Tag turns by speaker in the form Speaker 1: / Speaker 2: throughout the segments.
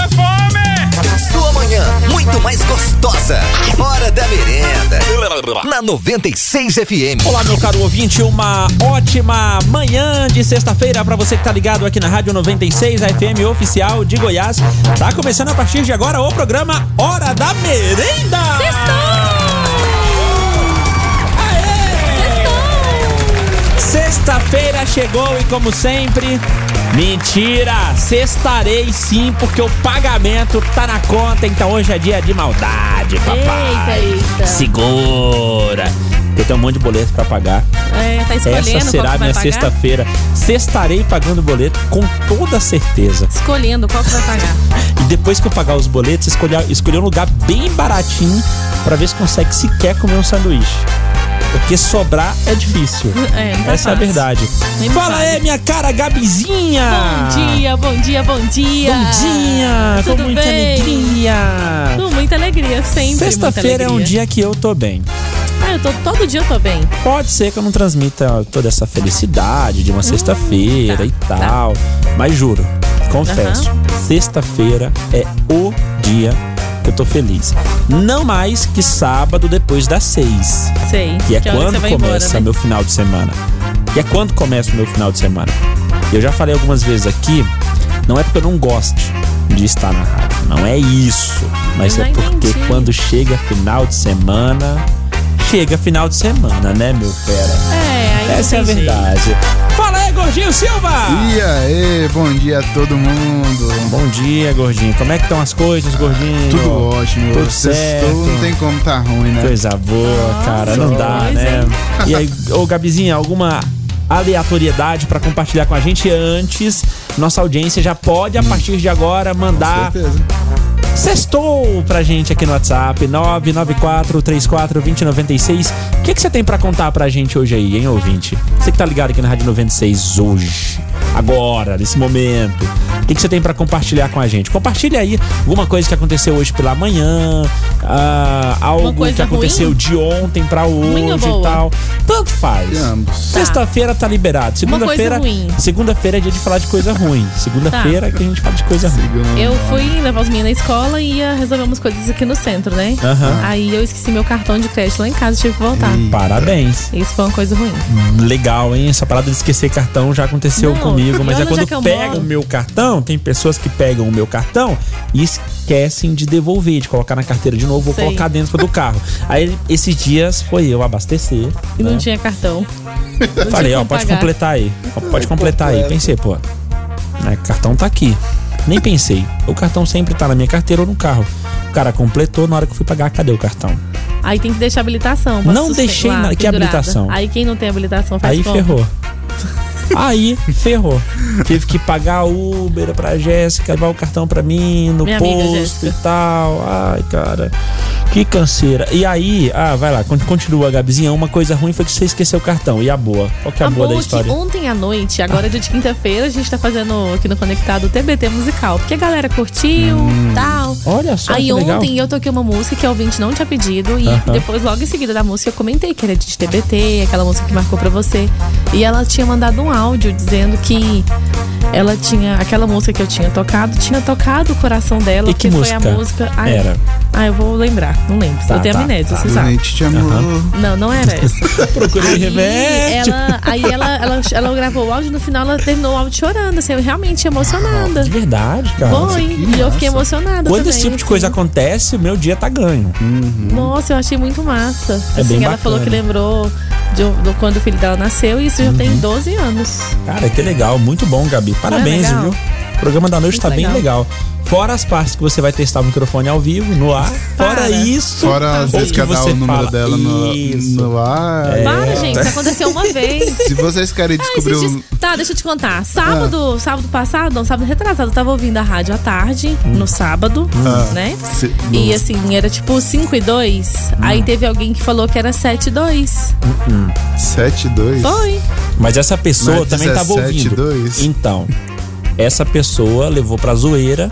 Speaker 1: a fome!
Speaker 2: Sua manhã, muito mais gostosa. Hora da merenda. Na 96 FM.
Speaker 3: Olá, meu caro ouvinte, uma ótima manhã de sexta-feira para você que tá ligado aqui na Rádio 96 FM oficial de Goiás. Tá começando a partir de agora o programa Hora da Merenda.
Speaker 4: Sextou!
Speaker 3: Aê! Sexta-feira chegou e como sempre Mentira! Sextarei sim, porque o pagamento tá na conta, então hoje é dia de maldade, papai.
Speaker 4: Eita, eita.
Speaker 3: Segura! Eu tenho um monte de boleto pra pagar.
Speaker 4: É, tá escolhendo
Speaker 3: Essa será
Speaker 4: qual que vai
Speaker 3: minha
Speaker 4: pagar.
Speaker 3: sexta-feira. Sextarei pagando boleto com toda certeza.
Speaker 4: Escolhendo qual que vai pagar.
Speaker 3: E depois que eu pagar os boletos, escolher, escolher um lugar bem baratinho pra ver se consegue sequer comer um sanduíche. Porque sobrar é difícil.
Speaker 4: É, não tá
Speaker 3: Essa é a
Speaker 4: fácil.
Speaker 3: verdade.
Speaker 4: Nem me
Speaker 3: Fala
Speaker 4: fale.
Speaker 3: aí, minha cara Gabizinha!
Speaker 4: Bom dia, bom dia, bom dia.
Speaker 3: Ah. Bom dia,
Speaker 4: Tudo
Speaker 3: com muita
Speaker 4: bem?
Speaker 3: alegria.
Speaker 4: Com muita alegria, sempre. muita
Speaker 3: Sexta-feira é um
Speaker 4: alegria.
Speaker 3: dia que eu tô bem.
Speaker 4: Ah, eu tô, todo dia eu tô bem.
Speaker 3: Pode ser que eu não transmita toda essa felicidade de uma sexta-feira
Speaker 4: Hum, tá,
Speaker 3: e tal, mas juro, confesso, sexta-feira é o dia que eu tô feliz. Não mais que sábado depois das seis,
Speaker 4: Sei.
Speaker 3: que é
Speaker 4: que hora que
Speaker 3: quando
Speaker 4: você vai
Speaker 3: começa
Speaker 4: embora, né?
Speaker 3: meu final de semana. Que é quando começa o meu final de semana. Eu já falei algumas vezes aqui, não é porque eu não goste de estar na rádio, não é isso. Mas
Speaker 4: Eu
Speaker 3: é
Speaker 4: já
Speaker 3: porque
Speaker 4: Ah, entendi.
Speaker 3: quando chega final de semana, chega final de semana, né, meu fera?
Speaker 4: É, aí não
Speaker 3: Essa é a
Speaker 4: tem jeito.
Speaker 3: verdade. Fala aí, Gordinho Silva!
Speaker 5: E aí, bom dia a todo mundo.
Speaker 3: Bom dia, Gordinho. Como é que estão as coisas, Gordinho?
Speaker 5: Tudo ótimo.
Speaker 3: tudo certo.
Speaker 5: Sextou, não tem como tá ruim, né?
Speaker 3: Coisa boa, cara. Não dá,
Speaker 4: pois
Speaker 3: né? E aí, ô Gabizinha, alguma aleatoriedade pra compartilhar com a gente antes? Nossa audiência já pode,
Speaker 5: Hum.
Speaker 3: a partir de agora, mandar
Speaker 5: certeza.
Speaker 3: sextou pra gente aqui no WhatsApp, 994-34-2096. O que, que você tem pra contar pra gente hoje aí, hein, ouvinte? Você que tá ligado aqui na Rádio 96 hoje, agora, nesse momento. O que, que você tem pra compartilhar com a gente? Compartilha aí alguma coisa que aconteceu hoje pela manhã, ah, algo
Speaker 4: coisa
Speaker 3: que aconteceu
Speaker 4: ruim?
Speaker 3: de ontem pra
Speaker 4: ou
Speaker 3: hoje e
Speaker 4: boa?
Speaker 3: tal. Tanto faz.
Speaker 5: De ambos.
Speaker 3: Sexta-feira tá liberado. Segunda-feira,
Speaker 4: coisa ruim. Tá.
Speaker 3: segunda-feira é dia de falar de coisa ruim. Segunda-feira é que a gente fala de coisa ruim.
Speaker 5: Segundo.
Speaker 4: Eu fui levar os meninos na escola e ia resolver umas coisas aqui no centro, né?
Speaker 3: Aham. Hum.
Speaker 4: Aí eu esqueci meu cartão de crédito lá em casa e tive que voltar.
Speaker 3: Parabéns.
Speaker 4: Isso foi uma coisa ruim.
Speaker 3: Legal, hein? Essa parada de esquecer cartão já aconteceu
Speaker 4: Não,
Speaker 3: comigo,
Speaker 4: e
Speaker 3: mas é
Speaker 4: olha
Speaker 3: quando
Speaker 4: onde é que eu
Speaker 3: pega
Speaker 4: moro.
Speaker 3: o meu cartão, tem pessoas que pegam o meu cartão e esquecem de devolver, de colocar na carteira de novo ou
Speaker 4: Sei.
Speaker 3: colocar dentro do carro. Aí esses dias foi eu abastecer.
Speaker 4: E não
Speaker 3: né?
Speaker 4: tinha cartão. Não
Speaker 3: Falei,
Speaker 4: tinha
Speaker 3: ó,
Speaker 4: como
Speaker 3: pode
Speaker 4: pagar.
Speaker 3: completar aí. Ó, Pode completar aí. Pensei, pô, né, cartão tá aqui. Nem pensei. O cartão sempre tá na minha carteira ou no carro. O cara completou, na hora que eu fui pagar, cadê o cartão?
Speaker 4: Aí tem que deixar habilitação. pra
Speaker 3: Não
Speaker 4: susten-
Speaker 3: deixei
Speaker 4: lá,
Speaker 3: na- que
Speaker 4: pendurada.
Speaker 3: habilitação?
Speaker 4: Aí quem não tem habilitação faz
Speaker 3: Aí
Speaker 4: como?
Speaker 3: ferrou. Aí ferrou. Tive que pagar Uber pra Jéssica, levar o cartão pra mim no
Speaker 4: Minha amiga
Speaker 3: posto
Speaker 4: Jéssica.
Speaker 3: e tal. Ai, cara. Que canseira. E aí, ah, vai lá, con- continua, Gabizinha. Uma coisa ruim foi que você esqueceu o cartão. E a boa? Qual que é a,
Speaker 4: A
Speaker 3: boa,
Speaker 4: boa
Speaker 3: da
Speaker 4: é que
Speaker 3: história?
Speaker 4: ontem à noite, agora é dia de quinta-feira, a gente tá fazendo aqui no Conectado o TBT musical. Porque a galera curtiu tal.
Speaker 3: Hum. Olha só,
Speaker 4: Aí
Speaker 3: que
Speaker 4: ontem
Speaker 3: legal.
Speaker 4: eu toquei uma música que o ouvinte não tinha pedido. E
Speaker 3: Aham.
Speaker 4: depois, logo em seguida da música, eu comentei que era de TBT, aquela música que marcou pra você. E ela tinha mandado um áudio dizendo que ela tinha. Aquela música que eu tinha tocado, tinha tocado o coração dela,
Speaker 3: E que
Speaker 4: porque foi
Speaker 3: música
Speaker 4: a música. Ai,
Speaker 3: era?
Speaker 4: Ah, eu vou lembrar, não lembro.
Speaker 3: Tá,
Speaker 4: eu tenho
Speaker 3: tá,
Speaker 4: amnésia,
Speaker 3: tá.
Speaker 4: você sabe.
Speaker 5: Bonito de amor.
Speaker 4: Não, não era essa.
Speaker 3: Procurei
Speaker 4: E
Speaker 3: remédio.
Speaker 4: ela, aí ela, ela, ela gravou o áudio, no final ela terminou o áudio chorando, assim, eu realmente emocionada.
Speaker 3: De verdade, cara.
Speaker 4: Foi,
Speaker 5: que
Speaker 4: e eu fiquei
Speaker 5: massa.
Speaker 4: emocionada
Speaker 3: Quando
Speaker 4: também.
Speaker 3: esse tipo de coisa
Speaker 4: assim.
Speaker 3: acontece, meu dia tá ganho.
Speaker 5: Uhum.
Speaker 4: Nossa, eu achei muito massa.
Speaker 3: É
Speaker 4: assim,
Speaker 3: bem
Speaker 4: ela
Speaker 3: bacana.
Speaker 4: falou que lembrou de, de quando o filho dela nasceu, e isso já tem 12 anos.
Speaker 3: Uhum. Cara, que legal, muito bom, Gabi. Parabéns,
Speaker 4: é legal?
Speaker 3: viu? O programa da noite
Speaker 4: Muito
Speaker 3: tá bem
Speaker 4: legal.
Speaker 3: legal. Fora as partes que você vai testar o microfone ao vivo, no ar. Fora
Speaker 4: Para.
Speaker 3: É isso.
Speaker 5: né? Fora às
Speaker 3: ou
Speaker 5: vezes
Speaker 3: que
Speaker 5: que dá
Speaker 3: você
Speaker 5: o número
Speaker 3: fala,
Speaker 5: dela no,
Speaker 3: isso.
Speaker 5: no ar.
Speaker 4: Para, gente, isso aconteceu uma vez.
Speaker 5: Se vocês querem
Speaker 4: Ah, esses
Speaker 5: descobrir o.
Speaker 4: dias- Tá, deixa eu te contar.
Speaker 3: Ah.
Speaker 4: Sábado, sábado passado, não, sábado retrasado, eu tava ouvindo a rádio à tarde, no sábado,
Speaker 3: Ah.
Speaker 4: né?
Speaker 5: um, Se- no-
Speaker 4: E assim, era tipo 5 e
Speaker 5: Hum.
Speaker 4: 2. Aí teve alguém que falou que era 7 e 2.
Speaker 5: um, 7-2.
Speaker 4: Foi.
Speaker 3: Mas essa pessoa
Speaker 5: Não é
Speaker 3: também tava
Speaker 5: 17,
Speaker 3: ouvindo.
Speaker 5: dois?
Speaker 3: Então, essa pessoa levou pra zoeira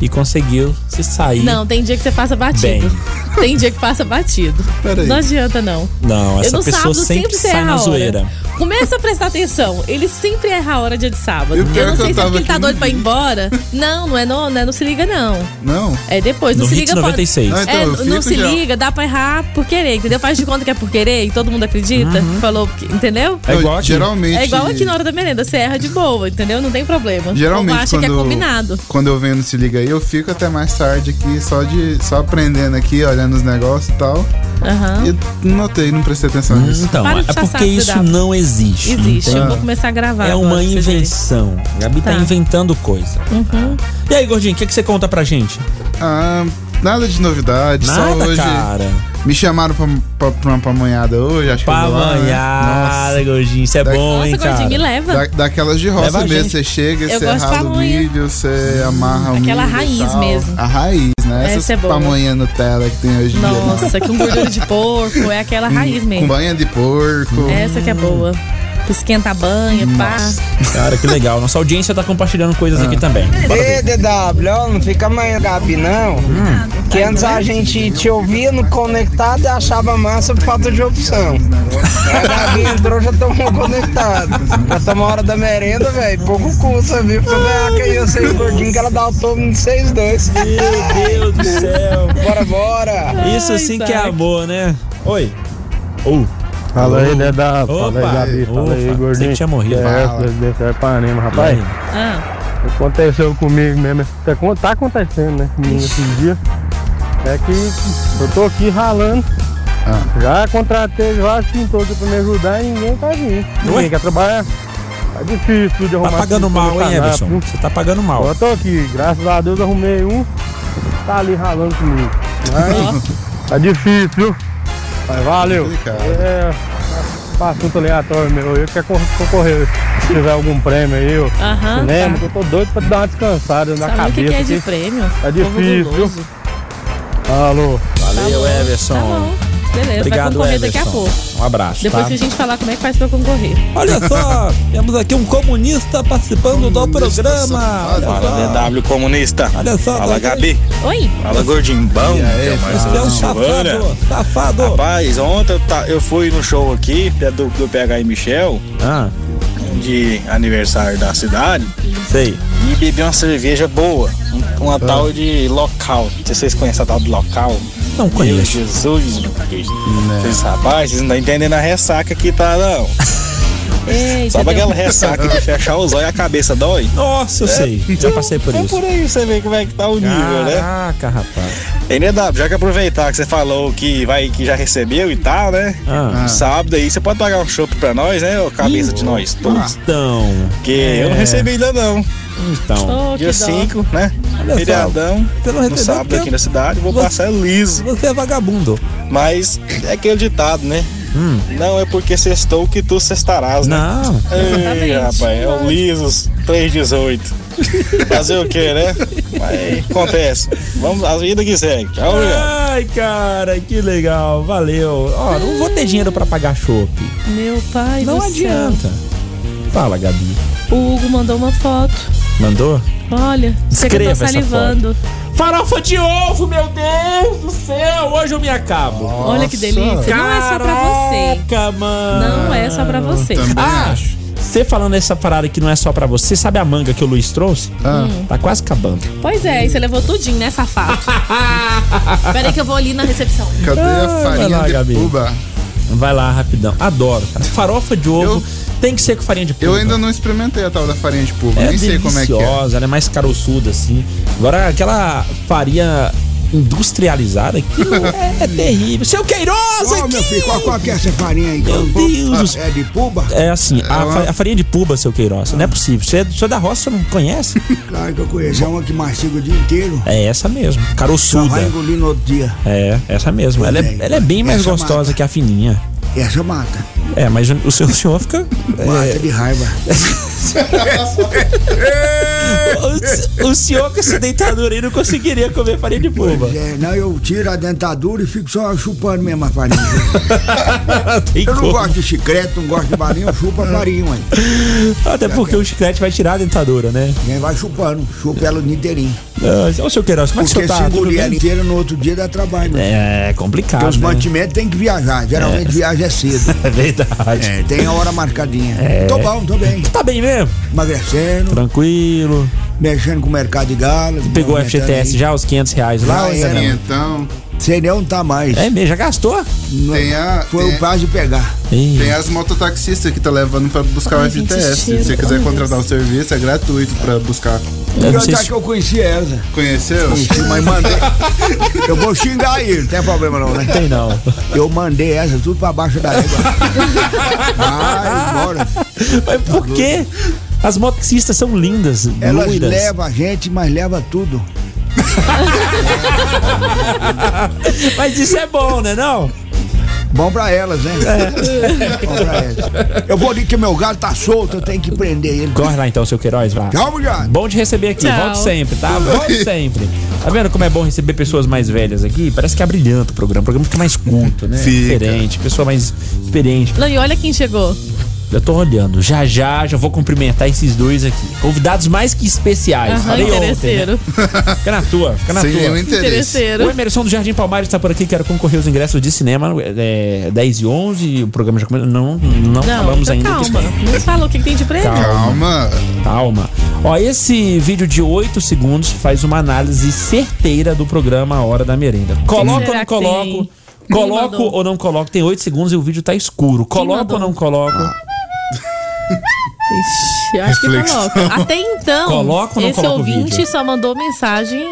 Speaker 3: e conseguiu se sair.
Speaker 4: Não, tem dia que você passa batido.
Speaker 3: Bem.
Speaker 4: Tem dia que passa batido.
Speaker 5: Peraí.
Speaker 4: Não adianta, não.
Speaker 3: Não,
Speaker 4: eu
Speaker 3: essa
Speaker 4: no
Speaker 3: pessoa
Speaker 4: sábado
Speaker 3: sempre,
Speaker 4: erra
Speaker 3: sai
Speaker 4: a
Speaker 3: na
Speaker 4: hora.
Speaker 3: zoeira.
Speaker 4: Começa a prestar atenção. Ele sempre erra a hora dia de sábado.
Speaker 5: E o pior
Speaker 4: Eu não
Speaker 5: é que eu
Speaker 4: sei se é
Speaker 5: tava
Speaker 4: porque ele tá
Speaker 5: aqui-
Speaker 4: doido pra ir embora. Não, não é não, não, é, não se liga, não.
Speaker 5: Não.
Speaker 4: É depois, não
Speaker 3: No
Speaker 4: se
Speaker 3: Hits
Speaker 4: liga pode-
Speaker 3: 96.
Speaker 5: Ah, então,
Speaker 4: é,
Speaker 5: eu
Speaker 4: não
Speaker 5: fico
Speaker 4: se
Speaker 5: já.
Speaker 4: liga, dá pra errar por querer, entendeu? Faz de conta que é por querer e todo mundo acredita. Falou, que- entendeu?
Speaker 3: Uhum. É igual aqui.
Speaker 5: Geralmente.
Speaker 4: É igual aqui na hora da merenda, você erra de boa, entendeu? Não tem problema.
Speaker 5: Geralmente,
Speaker 4: o povo acha
Speaker 5: quando,
Speaker 4: que é combinado.
Speaker 5: quando eu venho no Se Liga aí, eu fico até mais tarde aqui, só de só aprendendo aqui, olhando os negócios e tal.
Speaker 4: Aham.
Speaker 5: E não notei, não prestei atenção nisso.
Speaker 3: Então,
Speaker 4: Para de
Speaker 3: é
Speaker 4: puxar
Speaker 3: porque
Speaker 4: saco,
Speaker 3: isso
Speaker 4: Gabi.
Speaker 3: não existe.
Speaker 4: Existe, eu
Speaker 3: entende?
Speaker 4: vou começar a gravar.
Speaker 3: É
Speaker 4: agora,
Speaker 3: uma
Speaker 4: pra você ver.
Speaker 3: invenção. Gabi tá,
Speaker 4: Tá.
Speaker 3: inventando coisa.
Speaker 4: Uhum.
Speaker 3: E aí, gordinho, o que, que você conta pra gente?
Speaker 5: Ah, nada de novidade,
Speaker 3: Nada,
Speaker 5: só hoje.
Speaker 3: cara.
Speaker 5: Me chamaram pra, pra, pra uma pamonhada hoje, acho que eu vou lá, né?
Speaker 3: Pavanhada, gordinho. Isso é
Speaker 5: Daqui-
Speaker 3: bom,
Speaker 4: Nossa,
Speaker 3: hein, cara?
Speaker 4: gordinho, me leva.
Speaker 5: Da, daquelas de roça
Speaker 3: Leva a
Speaker 5: mesmo,
Speaker 3: gente. Hum.
Speaker 5: você chega,
Speaker 4: Eu
Speaker 5: você
Speaker 4: gosto de
Speaker 5: rala o
Speaker 4: pamonha.
Speaker 5: milho, você amarra o milho.
Speaker 4: Aquela
Speaker 5: e
Speaker 4: raiz
Speaker 5: tal.
Speaker 4: mesmo.
Speaker 5: A raiz, né?
Speaker 4: Essa
Speaker 5: Essas
Speaker 4: é boa.
Speaker 5: pamonha Nutella que tem hoje em dia. né?
Speaker 4: Nossa, com gordura de porco, é aquela raiz
Speaker 5: Com
Speaker 4: mesmo.
Speaker 5: banha Hum, de porco.
Speaker 4: Essa que é boa. Esquenta a banha, pá.
Speaker 3: Cara, que legal. Nossa audiência tá compartilhando
Speaker 5: Ah.
Speaker 3: coisas aqui também.
Speaker 6: Ei, DW, ó, não fica amanhã, Gabi, não.
Speaker 3: Hum.
Speaker 6: Tá Que antes
Speaker 3: Tá
Speaker 6: a gente te ouvia no conectado e achava massa por falta de opção. A Gabi entrou já tomou um conectado. Já tomou a hora da merenda, velho. Pouco custa, viu? Porque ah, que eu sei gordinho que ela dá o tomo de 6-2.
Speaker 3: Meu Deus do céu.
Speaker 6: Bora, bora.
Speaker 3: Isso
Speaker 4: Ai,
Speaker 3: sim
Speaker 4: Isaac.
Speaker 3: que é amor, né? Oi. Ou.
Speaker 7: Fala aí, Dedá. Fala
Speaker 3: Opa.
Speaker 7: aí, Gabi. Fala aí,
Speaker 3: Opa,
Speaker 7: gordinho.
Speaker 3: pensei que tinha morrido.
Speaker 7: É,
Speaker 5: Fala.
Speaker 7: presidente, vai pra Anima, rapaz.
Speaker 4: Ah,
Speaker 7: Aconteceu comigo mesmo. Tá, acon- tá acontecendo, né? Comigo esses dias. É que eu tô aqui ralando.
Speaker 5: Ah.
Speaker 7: Já contratei vários pintores aqui pra me ajudar e ninguém tá vindo.
Speaker 3: Ué?
Speaker 7: Ninguém quer trabalhar. Tá difícil de
Speaker 3: Tá
Speaker 7: arrumar.
Speaker 3: pagando
Speaker 7: pintor
Speaker 3: mal, hein,
Speaker 7: pra nada,
Speaker 3: Everson?
Speaker 7: viu?
Speaker 3: Você tá pagando mal.
Speaker 7: Eu tô aqui, graças a Deus arrumei um, tá ali ralando comigo. Mas tá difícil, viu? Mas valeu.
Speaker 5: Complicado.
Speaker 7: É, um assunto aleatório meu, eu quero con- concorrer. Se tiver algum prêmio aí, eu
Speaker 4: aham.
Speaker 7: lembro
Speaker 4: tá.
Speaker 7: que eu tô doido pra te dar uma descansada na
Speaker 4: Sabe o que que
Speaker 7: cabeça.
Speaker 4: é de
Speaker 7: aqui.
Speaker 4: prêmio?
Speaker 7: Tá
Speaker 4: Povo
Speaker 7: difícil, viu?
Speaker 4: guloso.
Speaker 7: Alô.
Speaker 3: Valeu, Everson.
Speaker 4: Tá bom. Beleza, vai
Speaker 3: Obrigado,
Speaker 4: concorrer
Speaker 3: Everson.
Speaker 4: daqui a pouco.
Speaker 3: Um abraço.
Speaker 4: Depois
Speaker 3: tá?
Speaker 4: que a gente falar como é que faz pra concorrer.
Speaker 3: Olha só, temos aqui um comunista participando do
Speaker 5: Comunista
Speaker 3: programa. Olha
Speaker 5: safado.
Speaker 3: só,
Speaker 8: DW comunista.
Speaker 3: olha só.
Speaker 8: Fala
Speaker 3: tá
Speaker 8: Gabi,
Speaker 4: Oi?
Speaker 8: fala gordinho bom.
Speaker 5: E aí,
Speaker 8: que é o mais
Speaker 3: Você é um
Speaker 8: Silvana.
Speaker 3: safado, safado.
Speaker 8: Rapaz, ontem eu, ta- eu fui no show aqui da- do, do PH e Michel,
Speaker 3: Ah,
Speaker 8: de aniversário da cidade,
Speaker 3: sei. Ah.
Speaker 8: e bebi uma cerveja boa. um- Uma tal de local. Não sei se vocês conhecem a tal de local.
Speaker 3: Não
Speaker 8: Meu
Speaker 3: conheço. É.
Speaker 8: Jesus, meu Cristo.
Speaker 5: né?
Speaker 8: Vocês, rapaz, vocês não estão entendendo a ressaca que tá, não.
Speaker 4: Ei,
Speaker 8: Sabe
Speaker 4: entendeu?
Speaker 8: aquela ressaca de fechar os olhos e a cabeça dói?
Speaker 3: Nossa, eu sei. Já passei por
Speaker 8: É
Speaker 3: isso.
Speaker 8: por aí você vê como é que tá o nível, né?
Speaker 3: Caraca, rapaz.
Speaker 8: NW, já que aproveitar que você falou que vai que já recebeu e tal, né?
Speaker 3: Ah,
Speaker 5: Ah.
Speaker 8: Sábado aí, você pode pagar um chopp pra nós, né? ô Cabeça de nós todos.
Speaker 3: então.
Speaker 8: Porque eu não recebi ainda não.
Speaker 3: Então.
Speaker 4: Oh, que
Speaker 8: Dia
Speaker 4: dó.
Speaker 8: 5, né?
Speaker 3: Olha só,
Speaker 8: Feriadão,
Speaker 3: você não
Speaker 8: no
Speaker 3: recebeu
Speaker 8: sábado
Speaker 3: porque
Speaker 8: aqui na cidade, vou
Speaker 3: você-
Speaker 8: passar liso.
Speaker 3: Você é vagabundo.
Speaker 8: Mas é aquele ditado, né?
Speaker 3: Hum.
Speaker 8: Não é porque sextou que tu cestarás, né?
Speaker 3: Não.
Speaker 8: Ei,
Speaker 4: Exatamente.
Speaker 8: rapaz, é o Lisos 318. Fazer o quê, né? Mas acontece. Vamos, a vida que
Speaker 5: É,
Speaker 8: segue.
Speaker 3: Ah.
Speaker 8: Tchau, obrigado.
Speaker 3: Ai, cara, que legal. Valeu. Ó, não vou ter dinheiro pra pagar chopp.
Speaker 4: Meu pai
Speaker 3: Não
Speaker 4: do céu.
Speaker 3: adianta. Fala, Gabi.
Speaker 4: O Hugo mandou uma foto.
Speaker 3: Mandou?
Speaker 4: Olha, você que eu
Speaker 3: Escreva
Speaker 4: tô
Speaker 3: essa
Speaker 4: salivando.
Speaker 3: Farofa de ovo, meu Deus do céu! Hoje eu me acabo.
Speaker 4: Olha que delícia. Não é só pra você.
Speaker 3: Caraca, mano.
Speaker 4: Não é só pra você.
Speaker 5: Também
Speaker 3: Ah,
Speaker 5: acho.
Speaker 3: você falando essa parada que não é só pra você, sabe a manga que o Luiz trouxe?
Speaker 5: Ah.
Speaker 3: Tá quase acabando.
Speaker 4: Pois é, e você levou tudinho, né, safado? Peraí que eu vou ali na recepção.
Speaker 5: Cadê
Speaker 3: Ah,
Speaker 5: a farinha
Speaker 3: vai lá,
Speaker 5: de
Speaker 3: Gabi.
Speaker 5: puba?
Speaker 3: Vai lá, rapidão. Adoro, cara. Farofa de ovo
Speaker 5: Eu-
Speaker 3: tem que ser com farinha de puba.
Speaker 5: Eu ainda não experimentei a tal da farinha de puba,
Speaker 3: é
Speaker 5: nem sei como é que é.
Speaker 3: deliciosa, ela é mais caroçuda, assim. Agora, aquela farinha industrializada aqui é, é terrível. Seu Queiroz
Speaker 9: Ô,
Speaker 3: aqui!
Speaker 9: meu filho, qual, qual que é essa farinha aí?
Speaker 3: Meu Deus.
Speaker 9: É de puba?
Speaker 3: É assim, a,
Speaker 5: uma-
Speaker 3: fa- a farinha de puba, seu Queiroz, não é possível. Você é, você é da roça, você não conhece?
Speaker 9: Claro que eu conheço. É uma que mastiga o dia inteiro.
Speaker 3: É essa mesmo,
Speaker 9: Só vai
Speaker 3: caroçuda.
Speaker 9: engolir no outro dia.
Speaker 3: É, essa mesmo. Ela é,
Speaker 9: Bem,
Speaker 3: ela é bem mais
Speaker 9: essa
Speaker 3: gostosa
Speaker 9: mata.
Speaker 3: que a fininha.
Speaker 9: Essa mata.
Speaker 3: É, mas o, o seu o senhor fica.
Speaker 9: Mata de raiva.
Speaker 3: O, o senhor com essa dentadura aí não conseguiria comer farinha de
Speaker 9: Pois
Speaker 3: polpa.
Speaker 9: é, não, eu tiro a dentadura e fico só chupando mesmo a farinha.
Speaker 3: Tem
Speaker 9: Eu não
Speaker 3: como.
Speaker 9: gosto de chiclete, não gosto de balinha, eu chupo a farinha, mãe.
Speaker 3: Até porque o chiclete vai tirar a dentadura, né?
Speaker 9: Quem vai chupando, chupa ela inteirinha.
Speaker 3: Ah, Ô, seu Queiroz, como é que você
Speaker 9: Porque se
Speaker 3: tá? Tudo
Speaker 9: engolir ela
Speaker 3: bem?
Speaker 9: inteira no outro dia dá trabalho, né?
Speaker 3: É
Speaker 9: Porque os
Speaker 3: complicado, né?
Speaker 9: mantimentos tem que viajar, geralmente viaja é cedo.
Speaker 3: É verdade.
Speaker 9: É, tem a hora marcadinha. Tô bom, tô bem.
Speaker 3: Tá bem mesmo?
Speaker 9: Emagrecendo,
Speaker 3: Tranquilo.
Speaker 9: mexendo com o mercado de galo.
Speaker 3: Pegou o
Speaker 9: movimentando
Speaker 3: FGTS
Speaker 9: aí.
Speaker 3: já, os 500 reais lá?
Speaker 9: Já
Speaker 3: ou ainda
Speaker 9: era.
Speaker 3: não?
Speaker 5: Então,
Speaker 9: Sei nem onde tá mais.
Speaker 3: É mesmo, já gastou?
Speaker 9: Não-
Speaker 5: tem a-
Speaker 9: Foi
Speaker 5: tem-
Speaker 9: o prazo de pegar.
Speaker 3: Ih,
Speaker 5: tem as mototaxistas que tá levando pra buscar
Speaker 4: Ai,
Speaker 5: o
Speaker 4: gente,
Speaker 5: FTS.
Speaker 4: cheiro,
Speaker 5: Se você quiser
Speaker 4: meu
Speaker 5: contratar o serviço, é gratuito pra buscar.
Speaker 4: É,
Speaker 3: eu não
Speaker 9: Pior
Speaker 3: sei
Speaker 9: tá
Speaker 3: se...
Speaker 9: que eu conheci ela.
Speaker 5: Conheceu?
Speaker 9: Conheci, mas mandei. Eu vou xingar ele, não tem problema não, né?
Speaker 3: Tem não.
Speaker 9: Eu mandei essa tudo pra baixo da égua. Vai embora.
Speaker 3: Mas por quê? As mototaxistas são lindas,
Speaker 9: Elas
Speaker 3: loiras.
Speaker 9: levam a gente, mas leva tudo.
Speaker 3: Mas isso é bom, né não? É.
Speaker 9: Bom pra elas, né? Bom pra elas. Eu vou ali que meu galo tá solto, eu tenho que prender ele.
Speaker 3: Corre lá então, seu Queiroz, vai.
Speaker 9: Tchau, mulher.
Speaker 3: Bom de receber aqui,
Speaker 4: Tchau.
Speaker 3: volto sempre, tá? Volto sempre. Tá vendo como é bom receber pessoas mais velhas aqui? Parece que é brilhante o programa. O programa fica mais culto, né?
Speaker 5: Fica.
Speaker 3: Diferente, pessoa mais experiente.
Speaker 4: Não, e olha quem chegou.
Speaker 3: Eu tô olhando. Já já, já vou cumprimentar esses dois aqui. Convidados mais que especiais.
Speaker 4: Aham,
Speaker 3: Falei ontem. né?
Speaker 4: interesseiro.
Speaker 3: Fica na tua, fica na
Speaker 5: Sem
Speaker 3: tua.
Speaker 5: nenhum interesse.
Speaker 4: Interesseiro.
Speaker 3: O Emerson do Jardim Palmares tá por aqui, quero concorrer os ingressos de cinema, é, 10 e 11, o programa já começou, não, não,
Speaker 4: Não,
Speaker 3: falamos
Speaker 4: então
Speaker 3: ainda que
Speaker 4: calma. Não fala o que, que tem de prêmio.
Speaker 5: Calma.
Speaker 3: Calma. Ó, esse vídeo de 8 segundos faz uma análise certeira do programa A Hora da Merenda. Coloco ou
Speaker 4: será
Speaker 3: não
Speaker 4: que
Speaker 3: coloco?
Speaker 4: tem? Me
Speaker 3: Coloco
Speaker 4: mandou.
Speaker 3: ou não coloco? Tem 8 segundos e o vídeo tá escuro. Coloco
Speaker 4: mandou?
Speaker 3: ou não coloco?
Speaker 4: Ixi, eu acho
Speaker 5: Reflexão.
Speaker 4: que coloca. Até então,
Speaker 3: Coloca ou não
Speaker 4: esse
Speaker 3: coloca o
Speaker 4: ouvinte
Speaker 3: vídeo?
Speaker 4: só mandou mensagens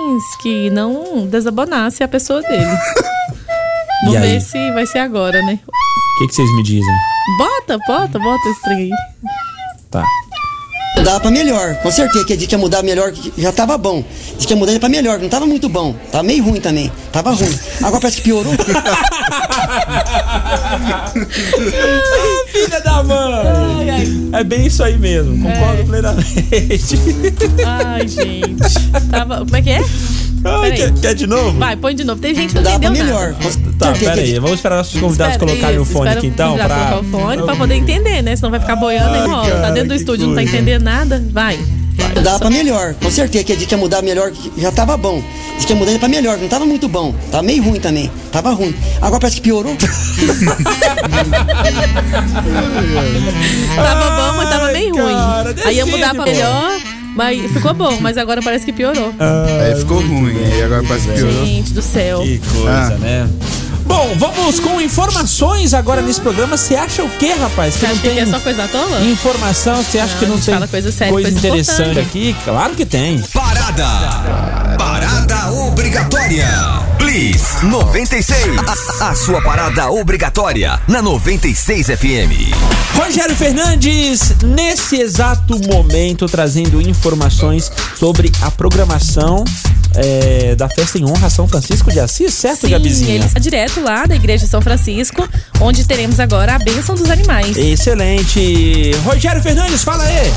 Speaker 4: que não desabonasse a pessoa dele.
Speaker 3: E
Speaker 4: Vamos
Speaker 3: aí?
Speaker 4: ver se vai ser agora, né?
Speaker 3: O que, que vocês me dizem?
Speaker 4: Bota, bota, bota esse trem aí.
Speaker 3: Tá.
Speaker 10: Mudar pra melhor, com certeza. Que a gente ia mudar melhor, que já tava bom. Diz que ia mudar pra melhor, que não tava muito bom. Tava meio ruim também. Tava ruim. Agora parece que piorou.
Speaker 3: Filha da mãe!
Speaker 4: Ai, ai.
Speaker 3: É bem isso aí mesmo, concordo
Speaker 4: É.
Speaker 3: plenamente.
Speaker 4: Ai, gente. Tava... Como é que é?
Speaker 3: Ai,
Speaker 4: Peraí.
Speaker 3: quer, quer de novo?
Speaker 4: Vai, põe de novo. Tem gente que não
Speaker 10: Mudar pra
Speaker 4: entendeu
Speaker 10: melhor.
Speaker 4: nada.
Speaker 10: Com
Speaker 3: Tá,
Speaker 10: certeza
Speaker 3: pera
Speaker 10: que a
Speaker 3: aí,
Speaker 10: gente-
Speaker 3: vamos esperar nossos convidados
Speaker 4: Espera,
Speaker 3: colocarem o
Speaker 4: isso,
Speaker 3: fone
Speaker 4: espera
Speaker 3: aqui então.
Speaker 4: já
Speaker 3: Pra...
Speaker 4: colocar o fone pra poder entender, né? Senão vai ficar boiando aí, ó. Tá dentro do estúdio, não tá entendendo nada. Vai.
Speaker 10: Mudar pra melhor, com certeza. Que a gente ia mudar melhor, que já tava bom. Diz que ia mudar pra melhor, que não tava muito bom. Tava meio ruim também. Tava ruim. Agora parece que piorou.
Speaker 4: Tava bom, mas tava meio
Speaker 3: Ai,
Speaker 4: ruim.
Speaker 3: cara,
Speaker 4: aí ia
Speaker 3: decide,
Speaker 4: mudar pra
Speaker 3: pô.
Speaker 4: melhor, mas ficou bom, mas agora parece que piorou.
Speaker 5: Aí ficou ruim. E agora parece que piorou.
Speaker 4: Gente do céu.
Speaker 3: Que coisa,
Speaker 5: Ah.
Speaker 3: né? Bom, vamos com informações agora nesse programa. Você acha o quê, rapaz?
Speaker 4: Você
Speaker 3: não
Speaker 4: acha que aqui
Speaker 3: tem
Speaker 4: é só coisa à toa?
Speaker 3: informação? Você acha
Speaker 4: Não,
Speaker 3: que
Speaker 4: a
Speaker 3: não
Speaker 4: gente
Speaker 3: tem
Speaker 4: fala coisa séria, coisa
Speaker 3: interessante
Speaker 4: importante.
Speaker 3: aqui? Claro que tem.
Speaker 2: Parada. Parada obrigatória. Please 96. A, a sua parada obrigatória na 96 FM.
Speaker 3: Rogério Fernandes, nesse exato momento, trazendo informações sobre a programação é, da festa em honra a São Francisco de Assis, certo,
Speaker 4: Sim,
Speaker 3: Gabizinha?
Speaker 4: ele tá está direto lá da Igreja de São Francisco, onde teremos agora a bênção dos animais.
Speaker 3: Excelente. Rogério Fernandes, fala aí.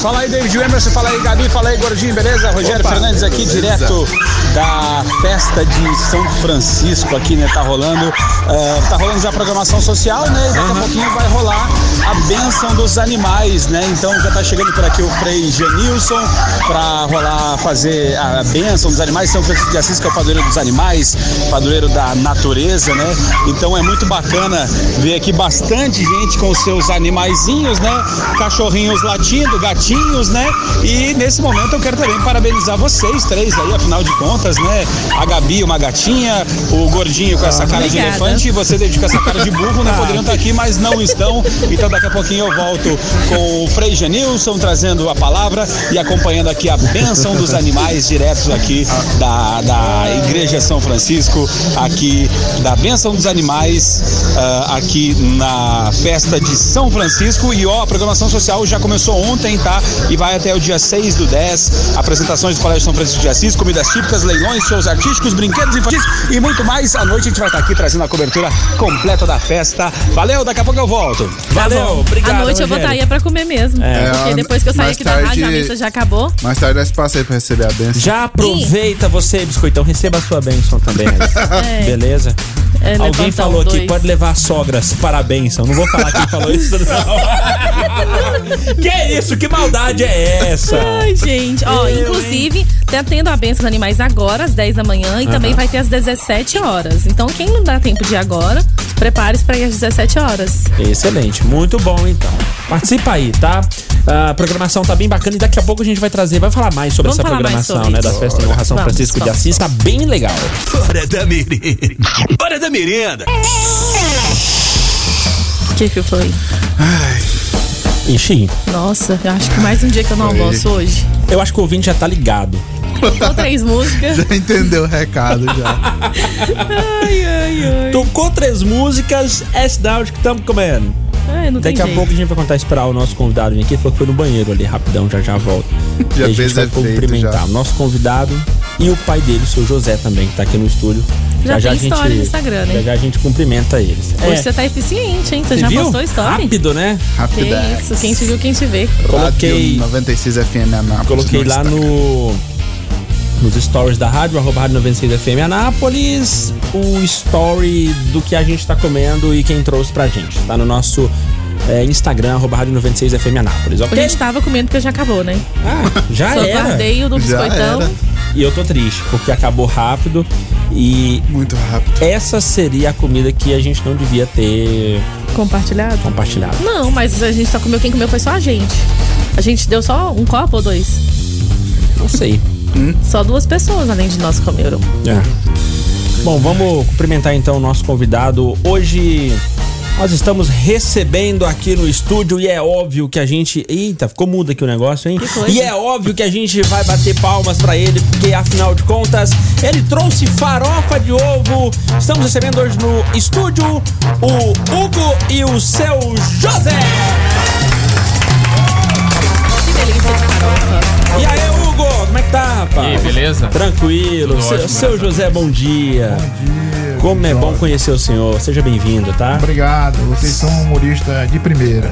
Speaker 8: Fala aí, David Emerson, fala aí, Gabi, fala aí, Gordinho, beleza? Rogério Fernandes aqui, direto da festa de São Francisco aqui, né? Tá rolando, eh, tá rolando já a programação social, né? E daqui a pouquinho vai rolar a bênção dos animais, né? Então já tá chegando por aqui o Frei Janilson pra rolar, fazer a bênção dos animais. São Francisco de Assis, que é o padroeiro dos animais, padroeiro da natureza, né? Então é muito bacana ver aqui bastante gente com seus animaizinhos, né? Cachorrinhos latindo, gatinhos, né? E nesse momento eu quero também parabenizar vocês três aí, afinal de contas, né? A Gabi, uma gatinha, o gordinho com essa cara de
Speaker 4: obrigada.
Speaker 8: elefante e você, David, com essa cara de burro, né? Poderiam estar aqui, mas não estão. Então daqui a pouquinho eu volto com o Frei Genilson trazendo a palavra e acompanhando aqui a bênção dos animais diretos aqui aqui da, da Igreja São Francisco, aqui da Bênção dos Animais, ah, aqui na festa de São Francisco. E ó, a programação social já começou ontem, tá? E vai até o dia 6 do 10. Apresentações do Colégio São Francisco de Assis, comidas típicas, leilões, shows artísticos, brinquedos infantis e muito mais. À noite a gente vai estar aqui trazendo a cobertura completa da festa. Valeu, daqui a pouco eu volto.
Speaker 4: bom. À noite eu vou estar aí é pra comer mesmo.
Speaker 8: É.
Speaker 4: Porque depois que eu sair
Speaker 5: Mais
Speaker 4: aqui da
Speaker 5: tarde-
Speaker 4: rádio, a missa já acabou.
Speaker 5: Mais tarde eu passei pra receber a benção.
Speaker 3: Já aproveita você, biscoitão. Então Receba a sua bênção também. Alice.
Speaker 4: É.
Speaker 3: Beleza?
Speaker 4: É,
Speaker 3: Alguém
Speaker 4: levantar
Speaker 3: falou
Speaker 4: um,
Speaker 3: aqui,
Speaker 4: dois.
Speaker 3: pode levar a sogras para a bênção. Não vou falar quem falou isso, não. que isso? Que maldade é essa?
Speaker 4: Ai, gente. Ó,
Speaker 3: Eu,
Speaker 4: inclusive, tá tendo a benção dos animais agora, às 10 da manhã, e
Speaker 3: Aham.
Speaker 4: também vai ter às 17 horas. Então, quem não dá tempo de ir agora, prepare-se pra ir às 17 horas.
Speaker 3: Excelente, muito bom então. Participa aí, tá? A programação tá bem bacana e daqui a pouco a gente vai trazer, vai falar mais sobre
Speaker 4: Vamos
Speaker 3: essa
Speaker 4: falar mais
Speaker 3: programação,
Speaker 4: sobre
Speaker 3: né? Da
Speaker 4: isso.
Speaker 3: festa em honra a São
Speaker 4: Vamos,
Speaker 3: Francisco de
Speaker 4: vamos.
Speaker 3: Assis, tá bem legal.
Speaker 11: Hora da merenda. Hora da merenda.
Speaker 4: O que que foi?
Speaker 3: Enchi.
Speaker 4: Nossa, eu acho que mais um dia que eu não
Speaker 3: Foi.
Speaker 4: almoço hoje.
Speaker 3: Eu acho que o ouvinte já tá ligado.
Speaker 4: Tocou três músicas.
Speaker 5: Já entendeu o recado já.
Speaker 4: Ai, ai, ai.
Speaker 3: Tocou três músicas, é sinal de que estamos comendo.
Speaker 4: Ai, não
Speaker 3: Daqui
Speaker 4: tem
Speaker 3: a
Speaker 4: jeito.
Speaker 3: pouco a gente vai contar esperar o nosso convidado vir aqui, falou que foi no banheiro ali, rapidão, já já volta.
Speaker 5: Já
Speaker 3: e a gente
Speaker 5: fez
Speaker 3: vai
Speaker 5: efeito,
Speaker 3: cumprimentar
Speaker 5: já.
Speaker 3: o nosso convidado e o pai dele, o seu José também, que tá aqui no estúdio.
Speaker 4: Já tem história no Instagram, né?
Speaker 3: Já já a gente cumprimenta eles. É.
Speaker 4: Hoje você tá eficiente, hein? Você,
Speaker 3: Você
Speaker 4: já
Speaker 3: viu?
Speaker 4: postou story?
Speaker 3: Rápido, né?
Speaker 4: Que isso, quem te viu, quem te vê.
Speaker 5: Rádio
Speaker 3: Coloquei-
Speaker 5: 96 FM Anápolis.
Speaker 3: Coloquei
Speaker 5: no
Speaker 3: lá
Speaker 5: Instagram.
Speaker 3: no nos stories da rádio, arroba rádio 96 FM Anápolis, o story do que a gente tá comendo e quem trouxe pra gente. Tá no nosso é, Instagram, arroba rádio 96 FM Anápolis,
Speaker 4: A
Speaker 3: ok?
Speaker 4: gente tava comendo porque já acabou, né?
Speaker 3: Ah, Já
Speaker 4: Só
Speaker 3: era.
Speaker 4: guardei o do Já biscoitão. era.
Speaker 3: E eu tô triste, porque acabou rápido e...
Speaker 5: Muito rápido.
Speaker 3: Essa seria a comida que a gente não devia ter
Speaker 4: Compartilhado?
Speaker 3: compartilhado.
Speaker 4: Não, mas a gente só comeu. Quem comeu foi só a gente. A gente deu só um copo ou dois?
Speaker 3: Não sei.
Speaker 5: Hum?
Speaker 4: Só duas pessoas além de nós comeram.
Speaker 3: É. Bom, vamos cumprimentar então o nosso convidado. Hoje nós estamos recebendo aqui no estúdio e é óbvio que a gente. Eita, ficou mudo aqui o negócio, hein?
Speaker 12: coisa.
Speaker 3: E é óbvio que a gente vai bater palmas pra ele, porque afinal de contas ele trouxe farofa de ovo. Estamos recebendo hoje no estúdio o Hugo e o seu José.
Speaker 4: Que delícia de farofa.
Speaker 3: E aí, Hugo, como é que tá, rapaz?
Speaker 13: E aí, beleza?
Speaker 3: Tranquilo.
Speaker 13: Tudo
Speaker 3: Seu,
Speaker 13: ótimo,
Speaker 3: seu José, bom dia. Bom dia. Como é bom conhecer o senhor. Seja bem-vindo, tá?
Speaker 14: Obrigado, vocês são humorista de primeira.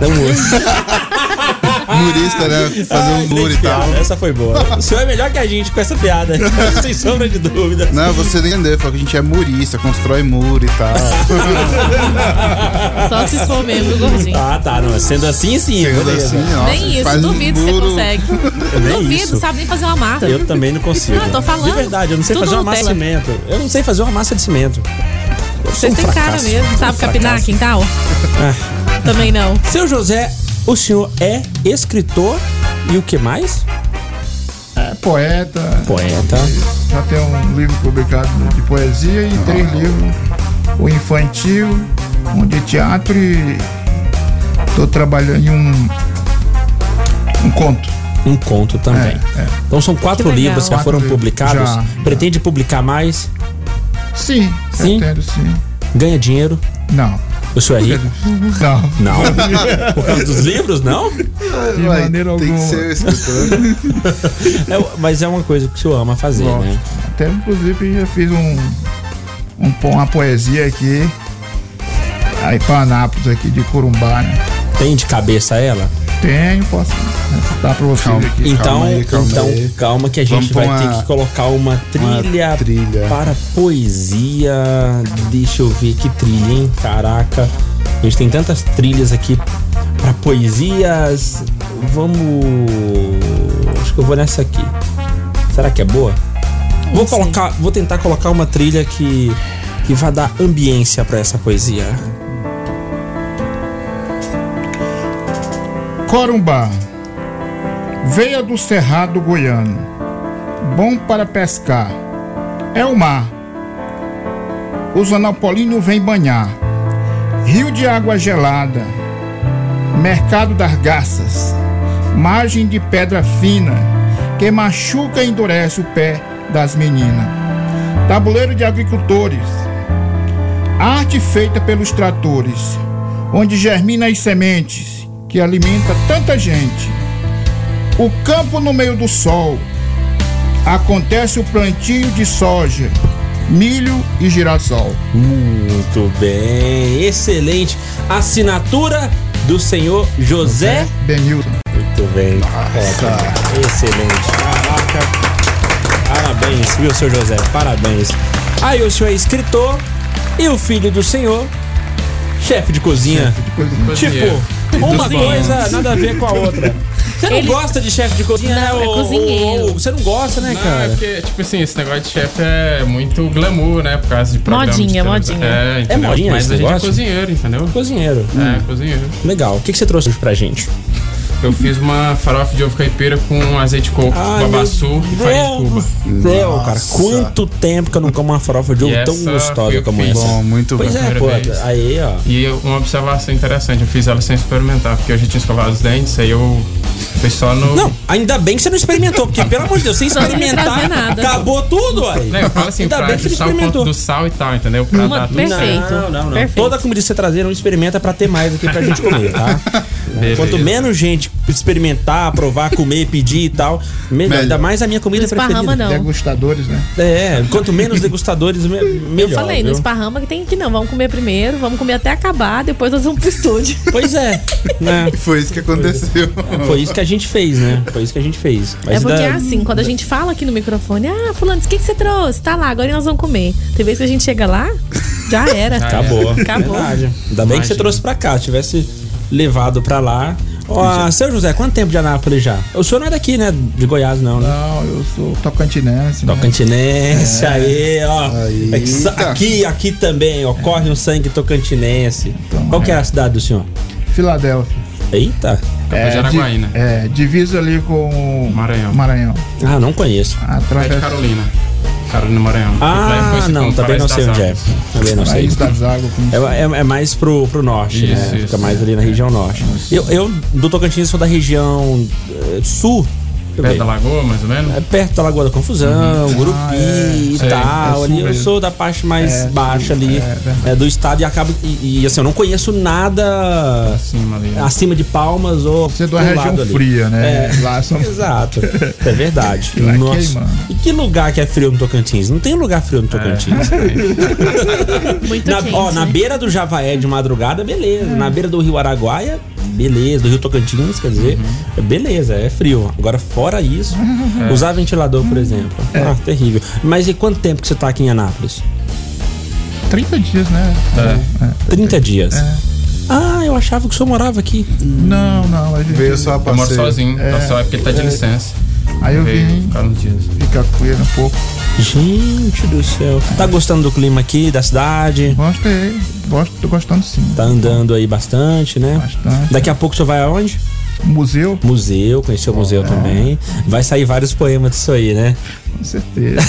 Speaker 3: Murista, né? Fazer um muro e tal. Essa foi boa. O senhor é melhor que a gente com essa piada. Sem sombra de dúvida.
Speaker 5: Não, você entendeu, falou que a gente é murista, constrói muro e tal.
Speaker 4: Só se for mesmo, gordinho.
Speaker 3: Ah, tá. Não, sendo assim, sim.
Speaker 5: Sendo
Speaker 3: beleza.
Speaker 5: assim, nossa,
Speaker 4: nem isso, duvido que você consegue.
Speaker 3: Nem
Speaker 4: duvido,
Speaker 3: É isso.
Speaker 4: sabe nem fazer uma massa.
Speaker 3: Eu também não consigo.
Speaker 4: Não, eu tô falando.
Speaker 3: De verdade, eu não sei
Speaker 4: Tudo
Speaker 3: fazer uma massa de
Speaker 4: Nutella.
Speaker 3: cimento. Eu não sei fazer uma massa de cimento. Eu sou
Speaker 4: Vocês
Speaker 3: um
Speaker 4: têm cara
Speaker 3: fracasso.
Speaker 4: mesmo, sabe É.
Speaker 3: Um
Speaker 4: capinar
Speaker 3: fracasso.
Speaker 4: quintal? Também não.
Speaker 3: Seu José, o senhor é escritor e o que mais?
Speaker 14: É poeta.
Speaker 3: Poeta.
Speaker 14: Já tem um livro publicado de poesia e três livros. O infantil, um de teatro e tô trabalhando em um, um conto.
Speaker 3: Um conto também.
Speaker 14: É, é.
Speaker 3: Então são quatro
Speaker 14: Que legal.
Speaker 3: livros que já
Speaker 14: Quatro
Speaker 3: foram
Speaker 14: livros.
Speaker 3: publicados.
Speaker 14: Já,
Speaker 3: Pretende publicar mais?
Speaker 14: é. Sim,
Speaker 3: Sim?
Speaker 14: pretendo sim.
Speaker 3: Ganha dinheiro?
Speaker 14: Não.
Speaker 3: O senhor é rico?
Speaker 14: Não.
Speaker 3: Não. Por causa dos livros, não?
Speaker 14: De maneira alguma.
Speaker 3: É, mas é uma coisa que o senhor ama fazer,
Speaker 14: Gosto.
Speaker 3: né?
Speaker 14: Até inclusive já fiz um, um po- uma poesia aqui. Aí pra Anápolis aqui de Corumbá, né?
Speaker 3: Tem de cabeça ela?
Speaker 14: Tenho, posso recitar pra vocês aqui.
Speaker 3: então, então calma que a gente
Speaker 14: Vamos pra
Speaker 3: vai ter
Speaker 14: uma-
Speaker 3: que colocar uma trilha, para poesia. Deixa eu ver que trilha, hein? Caraca. A gente tem tantas trilhas aqui para poesias. Vamos. Acho que eu vou nessa aqui. Será que é boa? Vou colocar, vou tentar colocar uma trilha que que vai dar ambiência para essa poesia.
Speaker 14: Corumbá, veia do cerrado goiano, bom para pescar, é o mar. Os anapolinos vêm banhar, rio de água gelada, mercado das garças, margem de pedra fina que machuca e endurece o pé das meninas. Tabuleiro de agricultores. Arte feita pelos tratores, onde germina as sementes que alimenta tanta gente. O campo no meio do sol. Acontece o plantio de soja, milho e girassol.
Speaker 3: Muito bem, excelente. Assinatura do senhor José,
Speaker 14: Benilson.
Speaker 3: Muito bem. Ótimo. Excelente. Caraca. Parabéns, viu, senhor José? Parabéns. Aí o senhor é escritor e o filho do senhor, chefe de cozinha.
Speaker 12: Cozinheiro.
Speaker 3: Tipo,
Speaker 12: E dos
Speaker 3: uma
Speaker 12: bons.
Speaker 3: coisa nada a ver com a outra. Você não
Speaker 12: Ele-
Speaker 3: gosta de chefe de cozinha,
Speaker 12: Não,
Speaker 3: né?
Speaker 12: é
Speaker 3: ô- ô-
Speaker 12: cozinheiro.
Speaker 3: ô- Você não gosta, né,
Speaker 12: Não,
Speaker 3: cara?
Speaker 12: é porque, tipo assim, esse negócio de chefe é muito glamour, né? Por causa de programa de
Speaker 3: Modinha,
Speaker 12: televisão.
Speaker 3: modinha.
Speaker 12: É,
Speaker 3: É
Speaker 12: entendeu?
Speaker 3: modinha
Speaker 12: Mas
Speaker 3: esse
Speaker 12: a gente é
Speaker 3: negócio?
Speaker 12: cozinheiro, entendeu?
Speaker 3: Cozinheiro. Hum.
Speaker 12: É, cozinheiro.
Speaker 3: Legal. O que, que você trouxe hoje pra gente?
Speaker 12: Eu fiz uma farofa de ovo caipira com azeite de coco,
Speaker 3: Ai,
Speaker 12: babaçu e
Speaker 3: Ah, meu
Speaker 12: farinha de
Speaker 3: Deus
Speaker 12: cuba.
Speaker 3: do céu, cara, quanto tempo que eu não como uma farofa de
Speaker 12: E
Speaker 3: ovo tão
Speaker 12: essa foi
Speaker 3: gostosa
Speaker 12: o
Speaker 3: como
Speaker 12: que
Speaker 3: essa?
Speaker 12: fiz.
Speaker 3: pois é, pô,
Speaker 12: Primeira vez.
Speaker 3: aí, ó.
Speaker 12: E eu- uma observação interessante, eu fiz ela sem experimentar, porque eu já tinha escovado os dentes, aí eu fui só no.
Speaker 3: Não, ainda bem que você não experimentou, porque pelo amor de Deus, sem
Speaker 12: Não ia
Speaker 3: experimentar,
Speaker 12: trazer nada.
Speaker 3: acabou tudo aí.
Speaker 12: Não, eu falo assim,
Speaker 3: ainda
Speaker 12: pra
Speaker 3: bem que você não
Speaker 12: ajustar o
Speaker 3: experimentou.
Speaker 12: ponto do sal e tal, entendeu? Pra dar tudo certo.
Speaker 3: Não, não, não. Toda comida que você trazer, não experimenta pra ter mais aqui pra gente comer, tá?
Speaker 12: Beleza.
Speaker 3: Quanto menos gente experimentar, provar, comer, pedir e tal, melhor. Ainda mais a minha comida preferida.
Speaker 14: Degustadores, né?
Speaker 3: É, quanto menos degustadores, me- melhor.
Speaker 4: Eu falei, não
Speaker 3: viu?
Speaker 4: esparrama que tem que não. Vamos comer primeiro, vamos comer até acabar, depois nós vamos pro estúdio.
Speaker 3: Pois é. Né?
Speaker 5: Foi isso que aconteceu.
Speaker 3: Foi isso que a gente fez, né? Foi isso que a gente fez.
Speaker 4: é porque
Speaker 3: ainda-
Speaker 4: assim, quando a gente fala aqui no microfone, ah, fulano, o que, que você trouxe? Tá lá, agora nós vamos comer. Tem vez que a gente chega lá, já era.
Speaker 3: Acabou.
Speaker 12: é.
Speaker 4: Acabou.
Speaker 3: Verdade. Ainda bem que você trouxe pra cá. Se tivesse levado pra lá. Ó, seu José, quanto tempo de Anápolis já? O senhor não é daqui, né? De Goiás, não, né?
Speaker 14: Não, eu sou tocantinense. né?
Speaker 3: Tocantinense,
Speaker 14: É.
Speaker 3: aí, ó. É que sa-
Speaker 14: tá.
Speaker 3: Aqui, aqui também, ó. Corre um sangue tocantinense. Qual que é a cidade do senhor?
Speaker 14: Filadélfia.
Speaker 3: Eita.
Speaker 14: É, di-
Speaker 3: né?
Speaker 14: É, divisa ali com o Maranhão.
Speaker 3: Ah, não conheço.
Speaker 14: Através...
Speaker 12: É de Carolina. Carolina Maranhão. Lá
Speaker 3: Ah,
Speaker 12: conhecido
Speaker 3: não,
Speaker 12: como
Speaker 3: também não
Speaker 12: Paraíso
Speaker 3: sei
Speaker 12: das
Speaker 3: onde é.
Speaker 12: Águas.
Speaker 3: Também não sei.
Speaker 14: Paraíso das Águas, como
Speaker 3: É, é- é mais pro, pro norte, né?
Speaker 12: Isso, isso. É.
Speaker 3: Fica mais ali na região norte. Eu, eu, do Tocantins, sou da região eh, sul.
Speaker 12: Perto da Lagoa, mais ou menos?
Speaker 3: É perto da Lagoa da Confusão,
Speaker 12: Uhum.
Speaker 3: Gurupi
Speaker 12: Ah,
Speaker 3: e
Speaker 12: é. É
Speaker 3: tal.
Speaker 12: sul
Speaker 3: ali eu
Speaker 12: mesmo.
Speaker 3: sou da parte mais
Speaker 12: É,
Speaker 3: baixa ali eh, do estado e acabo. E, e, assim, eu não conheço nada
Speaker 12: acima, né?
Speaker 3: de palmas ou. Você é
Speaker 14: de uma região fria, né? Lá são-
Speaker 3: Exato. É verdade.
Speaker 14: Lá
Speaker 3: Nossa.
Speaker 14: queima.
Speaker 3: E que lugar que é frio no Tocantins? Não tem lugar frio no
Speaker 12: É.
Speaker 3: Tocantins.
Speaker 4: Muito
Speaker 3: na,
Speaker 4: quente,
Speaker 3: ó, na
Speaker 4: né?
Speaker 3: beira do Javaé de madrugada, beleza. Na beira do Rio Araguaia, beleza. Do Rio Tocantins, quer dizer, beleza, é frio. Agora, fora isso,
Speaker 12: É.
Speaker 3: usar ventilador, por exemplo. Ah, terrível. Mas e quanto tempo que você tá aqui em Anápolis?
Speaker 14: 30 dias, né?
Speaker 3: É. 30 dias. Ah, eu achava que o senhor morava aqui.
Speaker 14: Não, não. A gente...
Speaker 5: Veio só a
Speaker 12: Eu moro
Speaker 5: passeio.
Speaker 12: sozinho,
Speaker 5: É.
Speaker 12: então só é porque ele tá de
Speaker 5: É.
Speaker 12: licença.
Speaker 14: Aí eu
Speaker 12: Veio
Speaker 14: vim
Speaker 12: Ficar uns dias.
Speaker 14: ficar com ele um pouco.
Speaker 3: Gente do céu. Tá gostando do clima aqui, da cidade?
Speaker 14: Gostei. Gosto, tô gostando sim.
Speaker 3: Tá andando aí bastante, né? Bastante. Daqui a pouco o senhor vai aonde?
Speaker 14: Museu. É.
Speaker 3: Museu, conheceu o museu também. Vai sair vários poemas disso aí, né?
Speaker 14: Com certeza.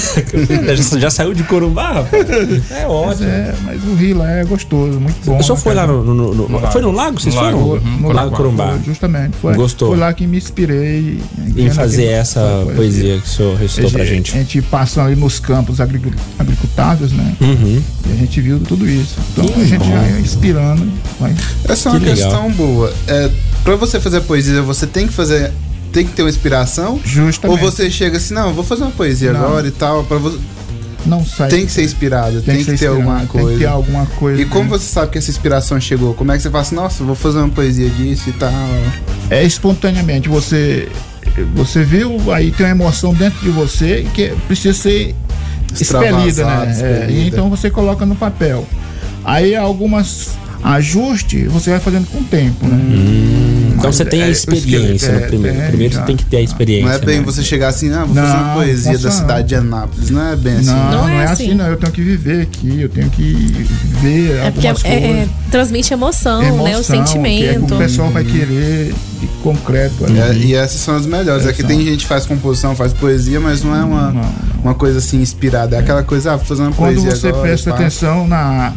Speaker 3: já, já saiu de Corumbá, rapaz? É ótimo.
Speaker 14: Mas, é, mas o Rio lá é gostoso, muito bom.
Speaker 3: O senhor
Speaker 14: né,
Speaker 3: foi lá
Speaker 14: cara?
Speaker 3: no, no- no- Foi no lago? Vocês foram? no Lago Corumbá.
Speaker 14: Justamente. Foi,
Speaker 3: Gostou?
Speaker 14: Foi lá que me inspirei.
Speaker 3: Em fazer
Speaker 14: naquele-
Speaker 3: essa
Speaker 14: foi, foi.
Speaker 3: poesia que o senhor recitou pra gente.
Speaker 14: A gente passou ali nos campos agricu- agricultáveis, né?
Speaker 3: Uhum.
Speaker 14: E a gente viu tudo isso. Então
Speaker 5: Que
Speaker 14: a gente
Speaker 5: bom.
Speaker 14: já ia inspirando. Vai.
Speaker 5: É só uma questão boa. É, pra você fazer poesia, você tem que fazer. Tem que ter uma inspiração?
Speaker 14: Justamente.
Speaker 5: Ou você chega assim, não, vou fazer uma poesia
Speaker 14: Não.
Speaker 5: agora e tal. Pra você...
Speaker 14: Não sai.
Speaker 5: Tem que ser inspirado, tem, que,
Speaker 14: que ser
Speaker 5: ter
Speaker 14: inspirado,
Speaker 5: alguma
Speaker 14: tem que
Speaker 5: coisa.
Speaker 14: ter alguma coisa,
Speaker 5: E como você sabe que essa inspiração chegou? Como é que você fala assim, nossa, vou fazer uma poesia disso e tal?
Speaker 14: É espontaneamente. Você, você viu, aí tem uma emoção dentro de você que precisa ser
Speaker 5: Extravasada,
Speaker 14: expelida, né? É,
Speaker 5: expelida.
Speaker 14: e então você coloca no papel. Aí algumas ajustes você vai fazendo com o tempo, né?
Speaker 5: Hum.
Speaker 3: Então você tem a
Speaker 14: É,
Speaker 3: experiência
Speaker 14: é,
Speaker 3: no primeiro.
Speaker 14: é,
Speaker 3: Primeiro você
Speaker 14: já.
Speaker 3: tem que ter a experiência.
Speaker 5: não é bem
Speaker 3: né?
Speaker 5: você chegar assim, ah, vou
Speaker 14: Não,
Speaker 5: fazer uma poesia
Speaker 14: posso
Speaker 5: da
Speaker 14: não.
Speaker 5: cidade de Anápolis. Não é bem assim.
Speaker 14: Não, não, é assim. não. Eu tenho que viver aqui, eu tenho que
Speaker 12: Tá
Speaker 14: ver
Speaker 4: É porque é-
Speaker 14: algumas
Speaker 4: é-
Speaker 14: coisas.
Speaker 4: é, transmite emoção, né? O
Speaker 14: Que é que
Speaker 4: sentimento.
Speaker 14: o pessoal vai querer de concreto ali.
Speaker 5: É, e essas são as melhores. É que tem gente que faz composição, faz poesia, mas não é uma, uma coisa assim inspirada. É aquela coisa, ah, vou fazer uma
Speaker 14: Quando
Speaker 5: poesia
Speaker 14: você
Speaker 5: agora. tá?
Speaker 14: presta
Speaker 5: pá.
Speaker 14: atenção na,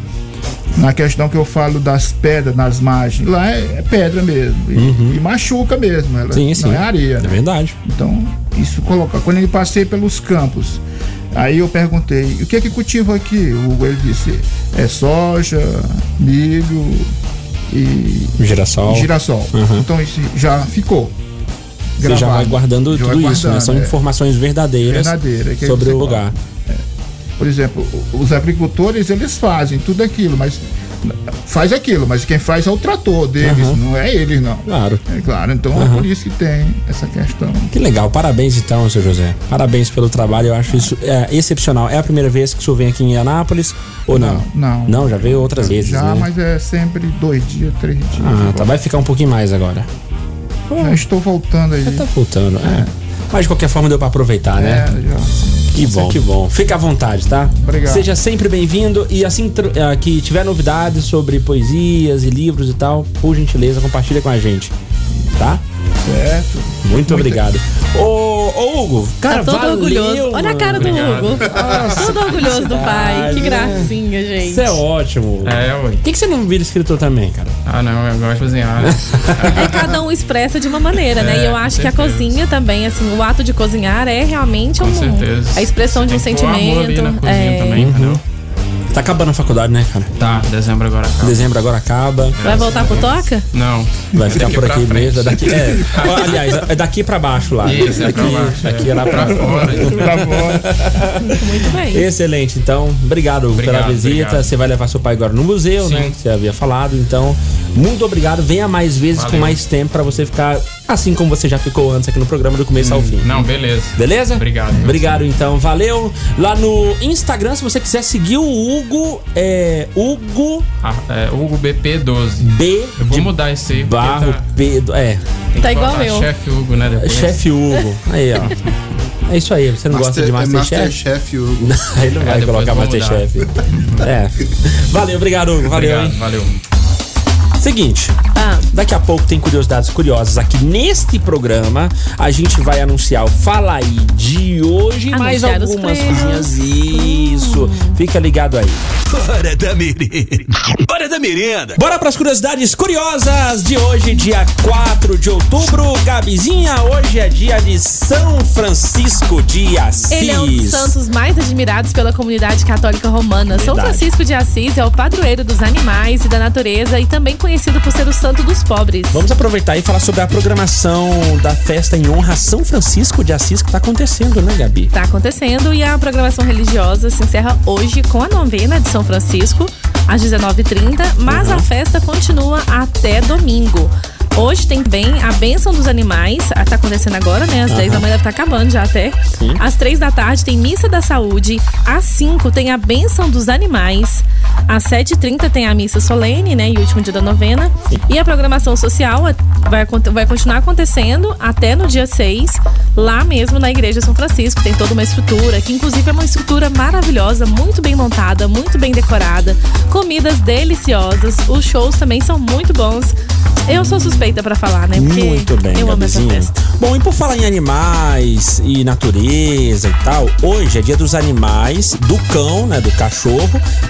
Speaker 14: na questão que eu falo das pedras nas margens, lá
Speaker 5: Uhum.
Speaker 14: é, é pedra mesmo. E, e machuca mesmo. Ela
Speaker 3: Sim, sim.
Speaker 14: Não é areia.
Speaker 3: É verdade.
Speaker 14: Então, isso colocar. Quando ele passei pelos campos, aí eu perguntei, o que é que cultiva aqui? Hugo, ele disse, é soja, milho e
Speaker 3: Girassol.
Speaker 14: girassol.
Speaker 3: Uhum.
Speaker 14: Então isso já ficou.
Speaker 3: Você já vai guardando
Speaker 14: Já
Speaker 3: tudo
Speaker 14: vai
Speaker 3: isso, né?
Speaker 14: guardando,
Speaker 3: São
Speaker 14: é.
Speaker 3: informações verdadeiras
Speaker 14: Verdadeira,
Speaker 12: é
Speaker 14: que aí
Speaker 3: sobre
Speaker 14: você
Speaker 3: o
Speaker 14: guarda.
Speaker 3: lugar.
Speaker 14: Por exemplo, os agricultores eles fazem tudo aquilo, mas faz aquilo, mas quem faz é o trator deles,
Speaker 3: Aham.
Speaker 14: não é eles não.
Speaker 3: Claro.
Speaker 14: É claro, então
Speaker 3: Aham.
Speaker 14: é por isso que tem essa questão.
Speaker 3: Que legal, parabéns então, seu José. Parabéns pelo trabalho, eu acho isso é, excepcional. É a primeira vez que o senhor vem aqui em Anápolis ou não?
Speaker 14: Não, não.
Speaker 3: Não, já veio outras vezes,
Speaker 14: Já,
Speaker 3: né?
Speaker 14: mas é sempre dois dias, três dias.
Speaker 3: Ah, tá, vai ficar um pouquinho mais agora.
Speaker 14: Já estou voltando aí.
Speaker 3: Tá voltando, é. Mas de qualquer forma deu pra aproveitar, né?
Speaker 14: É, já.
Speaker 3: Que
Speaker 14: Isso
Speaker 3: bom.
Speaker 14: é
Speaker 3: Que
Speaker 14: que
Speaker 3: bom. Fica à vontade, tá?
Speaker 14: Obrigado.
Speaker 3: Seja sempre bem-vindo e assim tro- eh, que tiver novidades sobre poesias e livros e tal, por gentileza, compartilha com a gente, tá?
Speaker 14: Certo.
Speaker 3: Muito obrigado. Ô, ô, Hugo, cara,
Speaker 4: tá todo
Speaker 3: valeu,
Speaker 4: orgulhoso. Olha a cara do
Speaker 3: mano.
Speaker 4: Hugo. todo orgulhoso do pai.
Speaker 3: felicidade,
Speaker 4: Que
Speaker 3: né?
Speaker 4: gracinha, gente.
Speaker 3: Isso é ótimo. Hugo.
Speaker 12: É, ué.
Speaker 3: Por que, que você não vira escritor também, cara?
Speaker 12: Ah, não, eu gosto de cozinhar. né?
Speaker 4: É, cada um expressa de uma maneira, né? E
Speaker 12: É,
Speaker 4: eu
Speaker 12: com
Speaker 4: acho que a
Speaker 12: certeza.
Speaker 4: cozinha também, assim, o ato de cozinhar é realmente
Speaker 12: Com
Speaker 4: um-
Speaker 12: certeza.
Speaker 4: a expressão de um
Speaker 12: Tem que pôr
Speaker 4: sentimento.
Speaker 12: amor ali na cozinha
Speaker 4: é.
Speaker 12: também, entendeu?
Speaker 3: Tá acabando a faculdade, né, cara?
Speaker 12: Tá, dezembro agora acaba.
Speaker 3: Dezembro agora acaba.
Speaker 4: Vai voltar pro Toca?
Speaker 12: Não.
Speaker 3: Vai ficar
Speaker 12: Daqui
Speaker 3: por
Speaker 12: pra
Speaker 3: aqui
Speaker 12: frente.
Speaker 3: mesmo. é Daqui, é, aliás, é daqui pra baixo lá.
Speaker 12: Isso, é pra
Speaker 3: Daqui-
Speaker 12: baixo, é.
Speaker 3: Daqui é lá pra,
Speaker 12: Pra fora.
Speaker 3: Pra fora.
Speaker 4: Muito bem.
Speaker 3: Excelente, então, obrigado, pela
Speaker 12: Obrigado,
Speaker 3: visita.
Speaker 12: obrigado.
Speaker 3: Você vai levar seu pai agora no museu, né? Que você havia falado. Então, muito obrigado. Venha mais vezes com
Speaker 12: Valeu.
Speaker 3: mais tempo pra você ficar assim como você já ficou antes aqui no programa do começo ao fim.
Speaker 12: Hum, Não, beleza.
Speaker 3: Beleza?
Speaker 12: Obrigado.
Speaker 3: Obrigado, então. Valeu. Lá no Instagram, se você quiser seguir o Hugo, é Hugo
Speaker 12: Ah, é, Hugo BP12.
Speaker 3: B.
Speaker 12: Eu vou mudar esse aí. porque
Speaker 3: Barro
Speaker 12: tá-
Speaker 3: Pedro. É,
Speaker 12: tem que
Speaker 4: Tá igual
Speaker 12: botar
Speaker 4: eu.
Speaker 12: Chefe Hugo, né? Depois.
Speaker 3: chefe Hugo. Aí, ó. É isso aí. Você não gosta de
Speaker 5: É
Speaker 3: Masterchef?
Speaker 5: Masterchef, Hugo.
Speaker 3: Não, Ele não
Speaker 5: É,
Speaker 3: vai
Speaker 5: depois
Speaker 3: colocar
Speaker 5: vou
Speaker 3: Masterchef. É. Valeu, obrigado, Hugo. Valeu,
Speaker 12: Obrigado,
Speaker 3: hein?
Speaker 12: valeu.
Speaker 3: Seguinte,
Speaker 4: Ah.
Speaker 3: daqui a pouco tem curiosidades curiosas aqui neste programa. A gente vai anunciar o Fala aí de hoje, e mais
Speaker 11: Anunciar os
Speaker 3: algumas
Speaker 11: prêmios.
Speaker 3: coisinhas. Isso. Fica ligado aí.
Speaker 11: Hora da merenda. Hora da merenda.
Speaker 3: Bora pras curiosidades curiosas de hoje, dia 4 de outubro. Gabizinha, hoje é dia de São Francisco de Assis.
Speaker 4: Ele é um dos santos mais admirados pela comunidade católica romana. São
Speaker 3: Verdade.
Speaker 4: Francisco de Assis é o padroeiro dos animais e da natureza e também conhecido por ser o santo dos pobres.
Speaker 3: Vamos aproveitar e falar sobre a programação da festa em honra a São Francisco de Assis que tá acontecendo, né, Gabi?
Speaker 4: Tá acontecendo e a programação religiosa se encerra hoje com a novena de São Francisco às 19h30, mas a festa continua até domingo. Hoje tem bem a bênção dos animais, ah, tá acontecendo agora, né? Às
Speaker 13: Aham.
Speaker 4: 10 da manhã deve estar acabando já até.
Speaker 13: Sim.
Speaker 4: Às 3 da tarde tem missa da saúde, às 5 tem a bênção dos animais, às 7h30 tem a missa solene, né? E o último dia da novena. E a programação social é- vai, acon- vai continuar acontecendo até no dia 6, lá mesmo na Igreja São Francisco. Tem toda uma estrutura, que inclusive é uma estrutura maravilhosa, muito bem montada, muito bem decorada, comidas deliciosas, os shows também são muito bons. Eu sou suspeita pra falar, né? Porque
Speaker 3: Muito bem,
Speaker 4: eu amo essa
Speaker 3: Gabizinha.
Speaker 4: festa.
Speaker 3: Bom, e por falar em animais e natureza e tal, hoje é dia dos animais, do cão, né, do cachorro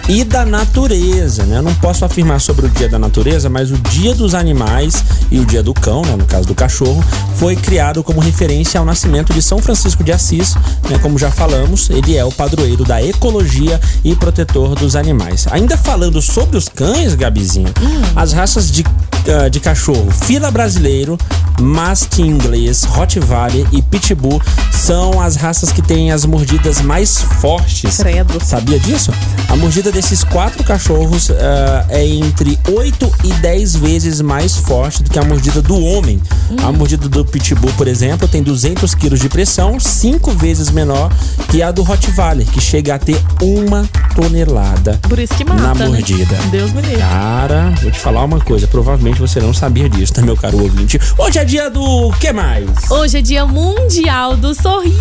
Speaker 3: e da natureza, né? Eu não posso afirmar sobre o dia da natureza, mas o dia dos animais e o dia do cão, né, no caso do cachorro, foi criado como referência ao nascimento de São Francisco de Assis, né, como já falamos, ele é o padroeiro da ecologia e protetor dos animais. Ainda falando sobre os cães, Gabizinho,
Speaker 4: Hum.
Speaker 3: as raças de, ah, de cachorro fila brasileiro, mastim inglês, Rottweiler e Pitbull são as raças que têm as mordidas mais fortes.
Speaker 4: Credo.
Speaker 3: Sabia disso? A mordida desses quatro cachorros ah, é entre 8 e 10 vezes mais forte do que a mordida do homem. A mordida do Pitbull, por exemplo, tem 200 quilos de pressão, cinco vezes menor que a do Rottweiler, que chega a ter uma tonelada
Speaker 4: Por isso que mata,
Speaker 3: na
Speaker 4: né?
Speaker 3: mordida.
Speaker 4: Deus me livre.
Speaker 3: Cara, vou te falar uma coisa, provavelmente você não sabia disso, tá, meu caro ouvinte? Hoje é dia do que mais?
Speaker 4: Hoje é dia mundial do sorriso.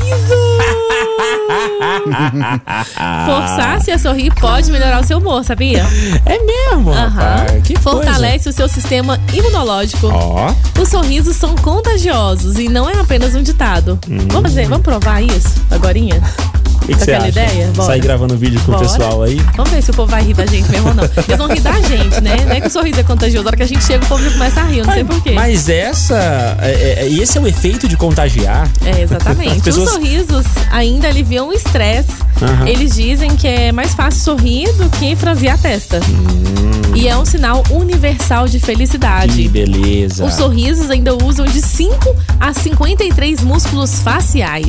Speaker 4: Forçar-se a sorrir pode melhorar o seu humor, sabia?
Speaker 3: É mesmo? rapaz? Que
Speaker 4: Fortalece o seu sistema imunológico.
Speaker 3: Ó.
Speaker 4: Os sorrisos são contagiosos e não é apenas um ditado. Vamos ver, vamos provar isso agorinha?
Speaker 3: Hum. que você
Speaker 4: aquela
Speaker 3: acha?
Speaker 4: ideia? Bora.
Speaker 3: Sair gravando vídeo com
Speaker 4: Bora.
Speaker 3: o pessoal aí.
Speaker 4: Vamos ver se o povo vai rir da gente mesmo ou não. Eles vão rir da gente, né? Não é que o sorriso é contagioso. Na hora que a gente chega, o povo já começa a rir, eu não sei porquê.
Speaker 3: Mas essa. é- é- esse é o efeito de contagiar.
Speaker 4: É,
Speaker 3: As
Speaker 4: exatamente.
Speaker 3: pessoas-
Speaker 4: Os sorrisos ainda aliviam o estresse.
Speaker 3: Aham.
Speaker 4: Eles dizem que é mais fácil sorrir do que franzir a testa.
Speaker 3: Hum.
Speaker 4: E é um sinal universal de
Speaker 3: Que
Speaker 4: felicidade.
Speaker 3: beleza.
Speaker 4: Os sorrisos ainda usam de 5 a 53 músculos faciais.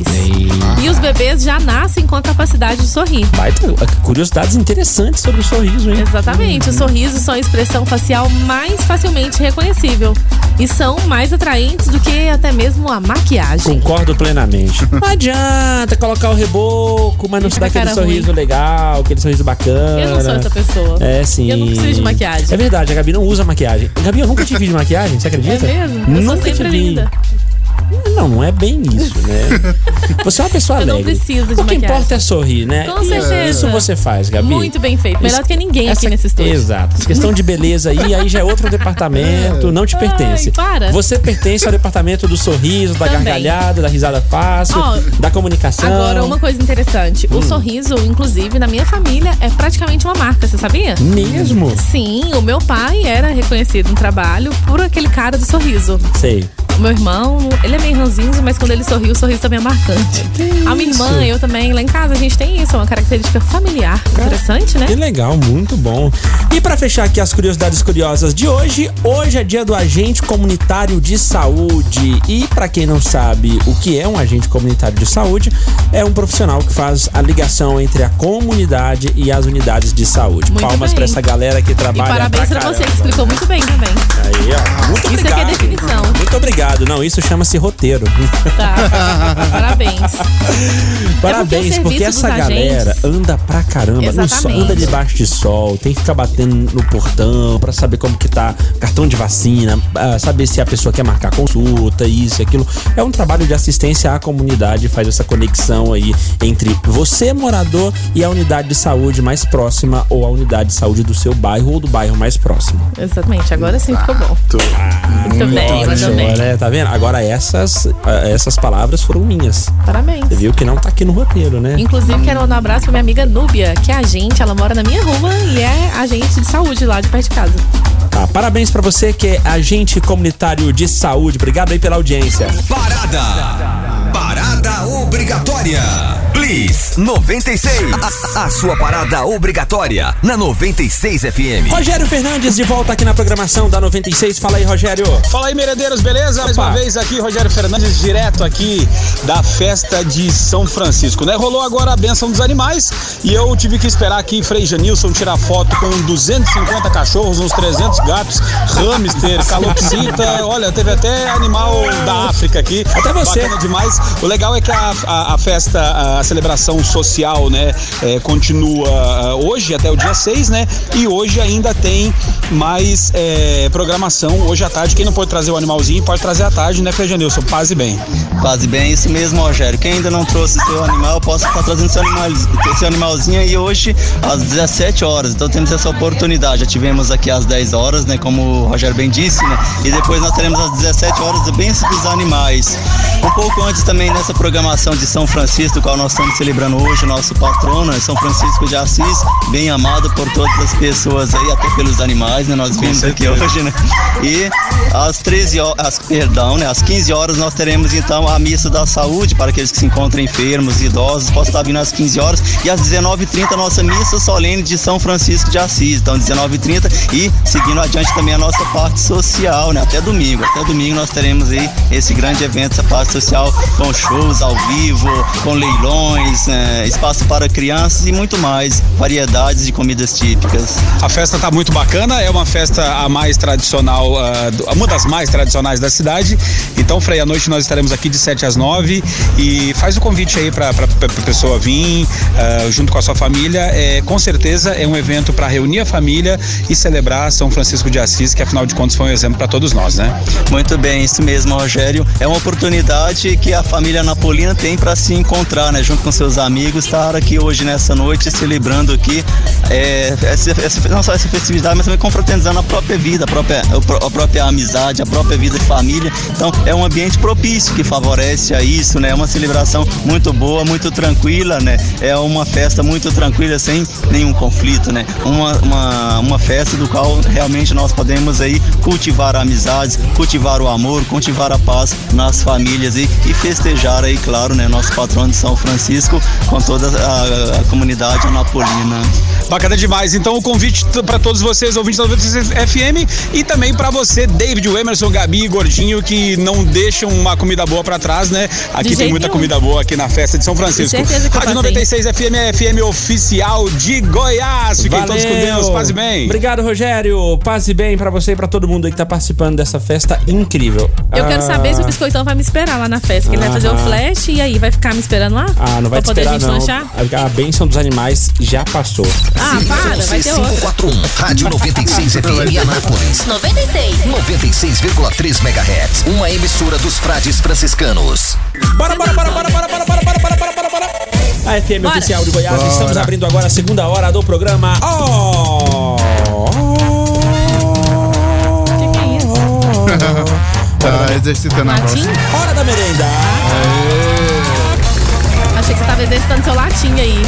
Speaker 4: E os bebês já nascem com a capacidade de sorrir.
Speaker 3: Ah. Baita, Ah, curiosidades interessantes sobre o sorriso, hein? Uhum.
Speaker 4: Exatamente. Os sorrisos são a expressão facial mais facilmente reconhecível. E são mais atraentes do que até mesmo a maquiagem.
Speaker 3: Concordo plenamente. Não adianta colocar o reboco, mas não se dá
Speaker 4: Fica
Speaker 3: aquele
Speaker 4: cara
Speaker 3: sorriso legal, aquele sorriso bacana.
Speaker 4: Eu não sou essa pessoa.
Speaker 3: É, sim.
Speaker 4: Eu não preciso de maquiagem.
Speaker 3: É verdade, a Gabi não usa maquiagem. Gabi, eu nunca te vi de maquiagem, você acredita?
Speaker 4: É mesmo? Eu sou
Speaker 3: nunca te
Speaker 4: sempre
Speaker 3: vi. É
Speaker 4: linda.
Speaker 3: Não, não é bem isso, né? Você é uma pessoa
Speaker 4: Eu não
Speaker 3: alegre.
Speaker 4: preciso de
Speaker 3: o que
Speaker 4: maquiagem.
Speaker 3: importa é sorrir, né?
Speaker 4: Com
Speaker 3: Isso-
Speaker 4: certeza.
Speaker 3: Isso você faz, Gabi.
Speaker 4: Muito bem feito. Melhor do que ninguém aqui
Speaker 3: é
Speaker 4: nesse estúdio.
Speaker 3: Exato. Essa Questão de beleza aí, aí já é outro departamento, não te pertence.
Speaker 4: para.
Speaker 3: Você pertence ao departamento do sorriso, da
Speaker 4: Também.
Speaker 3: gargalhada, da risada fácil,
Speaker 4: Ó,
Speaker 3: da comunicação.
Speaker 4: Agora, uma coisa interessante.
Speaker 3: é um Hum.
Speaker 4: O sorriso, inclusive, na minha família, é praticamente uma marca, você sabia?
Speaker 3: Mesmo?
Speaker 4: Sim, o meu pai era reconhecido no trabalho por aquele cara do sorriso.
Speaker 3: Sei.
Speaker 4: O meu irmão, ele é meio ranzinho, mas quando ele sorri, o sorriso também é marcante. A minha irmã, eu também, lá em casa, a gente tem isso, é uma característica familiar. Interessante, né?
Speaker 3: Que legal, muito bom. E pra fechar aqui as curiosidades curiosas de hoje, hoje é dia do agente comunitário de saúde. E pra quem não sabe o que é um agente comunitário de saúde, é um profissional que faz a ligação entre a comunidade e as unidades de saúde.
Speaker 4: Muito
Speaker 3: Palmas
Speaker 4: bem.
Speaker 3: pra essa galera que
Speaker 4: E
Speaker 3: trabalha.
Speaker 4: parabéns
Speaker 3: pra
Speaker 4: pra você, que
Speaker 3: caramba.
Speaker 4: explicou muito bem também.
Speaker 3: Aí, ó. Muito
Speaker 4: Isso aqui é
Speaker 3: obrigado.
Speaker 4: definição.
Speaker 3: Muito obrigado. Não, isso chama-se roteiro.
Speaker 4: Tá. Parabéns.
Speaker 3: Parabéns,
Speaker 4: serviço
Speaker 3: porque,
Speaker 4: dos
Speaker 3: essa
Speaker 4: agentes-
Speaker 3: galera anda pra caramba, não só
Speaker 4: Exatamente.
Speaker 3: anda debaixo de sol, tem que ficar batendo no portão pra saber como que tá cartão de vacina, ah, saber se a pessoa quer marcar consulta, isso e aquilo. É um trabalho de assistência à comunidade, faz essa conexão aí entre você, morador, e a unidade de saúde mais próxima ou a unidade de saúde do seu bairro ou do bairro mais próximo.
Speaker 4: Exatamente, agora sim ficou bom. Muito bem, muito
Speaker 3: Ótimo,
Speaker 4: bem.
Speaker 3: né? Tá vendo? Agora essas, ah, essas palavras foram minhas.
Speaker 4: Parabéns.
Speaker 3: Você viu que não tá aqui no roteiro, né?
Speaker 4: Inclusive, quero mandar um abraço pra minha amiga Núbia, que é agente, ela mora na minha rua e é agente de saúde lá de perto de casa.
Speaker 3: Tá, parabéns pra você que é agente comunitário de saúde. Obrigado aí pela audiência.
Speaker 2: Parada. Parada obrigatória. Please 96. A, a sua parada obrigatória na 96 FM.
Speaker 3: Rogério Fernandes de volta aqui na programação da 96. Fala aí, Rogério.
Speaker 8: Fala aí, meredeiros, beleza? Mais uma vez aqui, Rogério Fernandes, direto aqui da festa de São Francisco, né? Rolou agora a benção dos animais e eu tive que esperar aqui Frei Janilson tirar foto com 250 cachorros, uns 300 gatos, hamster, calopsita, olha, teve até animal da África aqui.
Speaker 3: Até você.
Speaker 8: Bacana demais. O legal é que a, a- a festa, a, celebração social, né, é, continua ah, hoje até o dia 6, né? E hoje ainda tem mais é, programação hoje à tarde. Quem não pode trazer o animalzinho pode trazer à tarde, né, Fejanilson? Paz e bem.
Speaker 13: Paz e bem, é isso mesmo, Rogério. Quem ainda não trouxe seu animal, posso estar trazendo seu, animal, seu animalzinho aí hoje às 17 horas. Então temos essa oportunidade. Já tivemos aqui às 10 horas, né? Como o Rogério bem disse, né? E depois nós teremos às 17 horas o Benção dos Animais. Um pouco antes também nessa programação de São Francisco, qual nós estamos celebrando hoje, o nosso patrono, né, São Francisco de Assis, bem amado por todas as pessoas aí, até pelos animais, né? Nós vimos aqui hoje, né? E às 13 horas, perdão, né? Às 15 horas nós teremos então a missa da saúde para aqueles que se encontram enfermos, idosos, posso estar vindo às 15 horas e às 19h30 a nossa missa solene de São Francisco de Assis, então 19h30 e seguindo adiante também a nossa parte social, né? Até domingo, até domingo nós teremos aí esse grande evento, essa parte social com shows ao vivo, com leilões, né? espaço para crianças e muito mais, variedades de comidas típicas.
Speaker 8: A festa tá muito bacana, é uma festa a mais tradicional, ah, do- uma das mais tradicionais da cidade. Então, Frei, à noite nós estaremos aqui de 7 às 9 e faz o convite aí pra, pra, pra pessoa vir ah, junto com a sua família. É, com certeza é um evento para reunir a família e celebrar São Francisco de Assis, que afinal de contas foi um exemplo para todos nós, né?
Speaker 13: Muito bem, isso mesmo, Rogério. É uma oportunidade que a família Napolina tem para se encontrar, né? Junto com seus amigos, estar aqui hoje nessa noite, celebrando aqui é, essa, essa- não só essa festividade, mas também confraternizando a própria vida, a própria, a pró- a própria amizade, a própria vida de família. Então é um ambiente propício que favorece a isso, né? É uma celebração muito boa, muito tranquila, né? É uma festa muito tranquila, sem nenhum conflito, né? Uma, uma, uma festa do qual realmente nós podemos aí cultivar amizades, cultivar o amor, cultivar a paz nas famílias e, e festejar aí, claro, né? Nosso patrono de São Francisco com toda a, a comunidade anapolina.
Speaker 8: Bacana demais. Então, o convite para todos vocês, ouvintes da 96 FM, e também para você, David, o Emerson, Gabi e Gordinho, que não deixam uma comida boa para trás, né? Aqui
Speaker 15: jeito
Speaker 8: tem muita
Speaker 15: nenhum.
Speaker 8: comida boa aqui na festa de São Francisco.
Speaker 15: Tenho certeza que eu
Speaker 8: Rádio
Speaker 15: passei.
Speaker 8: 96 FM é FM oficial de Goiás. Fiquem
Speaker 3: Valeu.
Speaker 8: todos com Deus. Paz e bem.
Speaker 3: Obrigado, Rogério. Paz e bem pra você e pra todo mundo aí que tá participando dessa festa incrível.
Speaker 4: Eu quero
Speaker 3: Ah,
Speaker 4: saber se o biscoitão vai me esperar lá na festa. Que ele vai fazer o
Speaker 3: Aham.
Speaker 4: flash e aí vai ficar me esperando lá?
Speaker 3: Ah, não vai te
Speaker 4: pra poder
Speaker 3: esperar,
Speaker 4: a gente
Speaker 3: não.
Speaker 4: lanchar?
Speaker 3: A bênção dos animais já passou.
Speaker 4: Ah, para, vai ter outra.
Speaker 2: 541, Rádio 96 FM Anápolis.
Speaker 16: 96.
Speaker 2: 96,3 MHz. Uma emissora dos frades franciscanos.
Speaker 3: Bora, bora, bora, bora, bora, bora, bora, bora, bora, bora, bora, bora. A FM
Speaker 2: Bora.
Speaker 3: Oficial de Goiás,
Speaker 2: Bora.
Speaker 3: estamos abrindo agora a segunda hora do programa. Oh!
Speaker 4: Que que é isso?
Speaker 5: Tá exercitando a voz.
Speaker 3: Hora da merenda.
Speaker 4: Achei que você tava exercitando seu latim aí.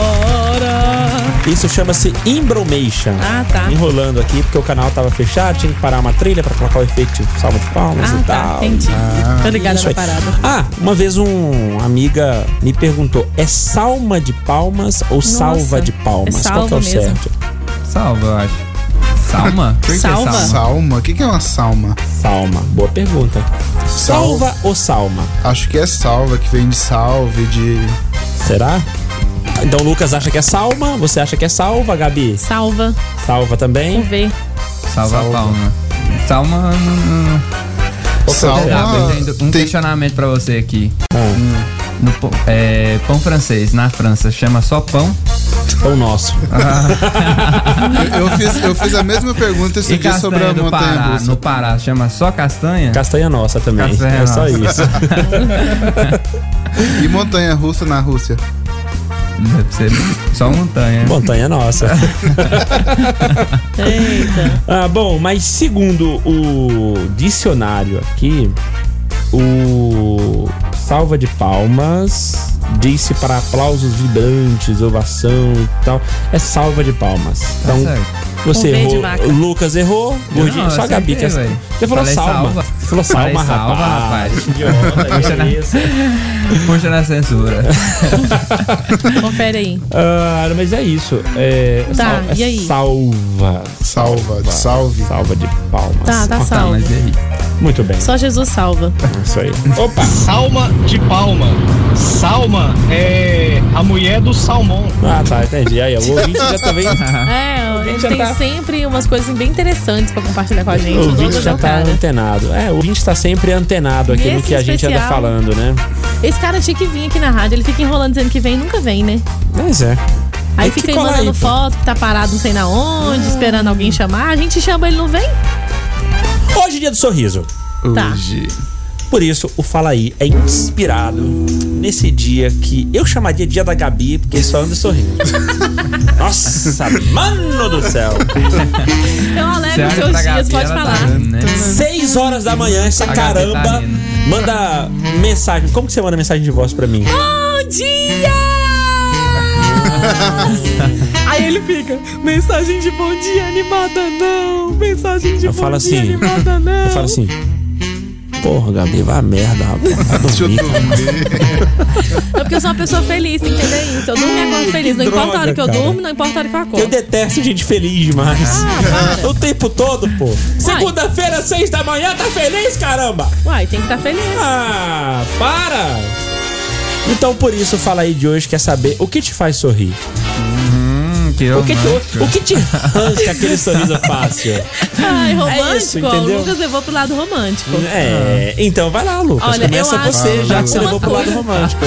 Speaker 4: Ora.
Speaker 3: Isso chama-se Imbromation.
Speaker 4: Ah, tá.
Speaker 3: Enrolando aqui, porque o canal tava fechado, tinha que parar uma trilha pra colocar o efeito de salva de palmas
Speaker 4: Ah,
Speaker 3: e
Speaker 4: tá,
Speaker 3: tal.
Speaker 4: entendi.
Speaker 3: Ah,
Speaker 4: Tô ligada
Speaker 3: isso
Speaker 4: na
Speaker 3: aí.
Speaker 4: parada.
Speaker 3: Ah, uma vez um- uma amiga me perguntou: é salma de palmas ou
Speaker 4: Nossa,
Speaker 3: salva de palmas?
Speaker 4: é
Speaker 3: Qual que é o
Speaker 4: salva mesmo.
Speaker 3: certo?
Speaker 5: Salva, eu acho.
Speaker 3: Salma? Por que
Speaker 14: é
Speaker 5: salma?
Speaker 3: Salva? salma?
Speaker 5: Salma? O que, que é uma salma?
Speaker 3: Salma. Boa pergunta. Salva ou salma?
Speaker 5: Acho que é salva, que vem de salve, de.
Speaker 3: Será? Então o Lucas acha que é salma, você acha que é salva, Gabi?
Speaker 4: Salva.
Speaker 3: Salva também?
Speaker 4: Vamos
Speaker 15: Salva a
Speaker 3: né?
Speaker 15: palma. Salma. não- não- Ô,
Speaker 5: Salma-
Speaker 15: Fernando, eu tenho Um questionamento pra você aqui.
Speaker 3: Hum.
Speaker 15: No pão- é, pão francês, na França, chama só pão?
Speaker 3: Pão nosso.
Speaker 5: Eu, eu fiz, eu fiz a mesma pergunta esse
Speaker 15: e
Speaker 5: dia
Speaker 15: castanha
Speaker 5: sobre a
Speaker 15: do
Speaker 5: montanha
Speaker 15: Pará,
Speaker 5: russa.
Speaker 15: no Pará, chama só castanha?
Speaker 3: assim. Castanha nossa também.
Speaker 15: Castanha
Speaker 3: é só
Speaker 15: nossa.
Speaker 3: isso.
Speaker 5: E montanha russa na Rússia?
Speaker 15: Deve ser só montanha.
Speaker 3: Montanha nossa. Ah, bom, mas segundo o dicionário aqui, o salva de palmas disse para aplausos vibrantes, ovação e tal. É salva de palmas.
Speaker 14: Tá
Speaker 3: Então,
Speaker 15: certo.
Speaker 3: você
Speaker 4: Um
Speaker 15: Com V de
Speaker 3: errou.
Speaker 15: vaca.
Speaker 3: O Lucas errou, Gordinho,
Speaker 15: Não,
Speaker 3: só a Gabi que é.
Speaker 15: acertei, velho.
Speaker 3: Você falou
Speaker 15: Falei
Speaker 3: salma.
Speaker 15: salva.
Speaker 3: Você falou
Speaker 15: Falei
Speaker 3: salma,
Speaker 15: salva,
Speaker 3: rapaz.
Speaker 15: rapaz. né?
Speaker 3: Idiota,
Speaker 15: Puxa
Speaker 3: que
Speaker 15: na-
Speaker 3: isso?
Speaker 15: Puxa na censura.
Speaker 4: Confere aí.
Speaker 3: Ah, mas é isso. É,
Speaker 4: Tá,
Speaker 3: sal- é
Speaker 4: e aí?
Speaker 3: Salva. Salva, salve. Salva de palmas.
Speaker 4: Tá, tá
Speaker 3: Ok,
Speaker 4: salvo.
Speaker 3: mas e aí? Muito bem. É
Speaker 4: Só Jesus salva.
Speaker 3: Isso aí.
Speaker 17: Opa! Salma de palma. Salma é a mulher do salmão.
Speaker 3: Ah, tá, entendi. Aí, o ouvinte já tá bem.
Speaker 4: É, a gente
Speaker 3: já
Speaker 4: tem
Speaker 3: tá-
Speaker 4: sempre umas coisas bem interessantes pra compartilhar com a gente.
Speaker 3: o
Speaker 4: Os
Speaker 3: ouvinte
Speaker 4: outros
Speaker 3: já
Speaker 4: não,
Speaker 3: tá
Speaker 4: cara.
Speaker 3: antenado. É, o ouvinte tá sempre antenado aqui no
Speaker 4: Nesse
Speaker 3: que a gente anda
Speaker 4: especial.
Speaker 3: falando, né?
Speaker 4: Esse cara tinha que vir aqui na rádio, ele fica enrolando dizendo que vem e nunca vem, né?
Speaker 3: Mas é.
Speaker 4: Aí
Speaker 3: Tem que
Speaker 4: fica aí
Speaker 3: colar aí.
Speaker 4: mandando
Speaker 3: Hum.
Speaker 4: foto que tá parado não sei na onde, esperando alguém chamar. A gente chama, ele não vem?
Speaker 3: Hoje é dia do sorriso.
Speaker 4: Tá.
Speaker 3: Por isso, o Fala Aí é inspirado nesse dia que eu chamaria dia da Gabi, porque só anda sorrindo. Nossa, mano do céu!
Speaker 4: Eu alegro os seus dias, pode falar.
Speaker 3: 6 horas da manhã, essa
Speaker 4: tá né? A Gabi tá
Speaker 3: caramba manda mensagem. Como que você manda mensagem de voz pra mim?
Speaker 4: Bom dia! Aí ele fica, mensagem de bom dia animada não, mensagem de
Speaker 3: Eu
Speaker 4: bom
Speaker 3: falo
Speaker 4: dia
Speaker 3: assim.
Speaker 4: animada não.
Speaker 3: Eu falo assim. Porra, Gabi, vai a merda, rapaz. Vai dormir,
Speaker 4: É porque eu sou uma pessoa feliz, tem que entender isso. Eu durmo e acordo feliz, não importa a hora que eu
Speaker 3: Droga, cara.
Speaker 4: durmo, não importa a hora que eu
Speaker 3: Eu
Speaker 4: acordo.
Speaker 3: detesto gente feliz demais.
Speaker 4: Ah,
Speaker 3: o tempo todo, pô. Segunda-feira, seis da manhã, tá feliz, caramba?
Speaker 4: Uai, tem que estar feliz.
Speaker 3: Ah, para! Então por isso fala aí de hoje quer saber o que te faz sorrir. o, que te,
Speaker 15: Hum, romântico.
Speaker 3: o que te arranca aquele sorriso é fácil?
Speaker 4: Ai,
Speaker 3: É
Speaker 4: romântico,
Speaker 3: isso,
Speaker 4: ó, o
Speaker 3: entendeu?
Speaker 4: Lucas levou pro lado romântico.
Speaker 3: É, então vai lá, Lucas.
Speaker 4: Olha,
Speaker 3: Começa
Speaker 4: eu acho
Speaker 3: você, já que você
Speaker 4: uma
Speaker 3: levou pro lado
Speaker 4: coisa-
Speaker 3: romântico.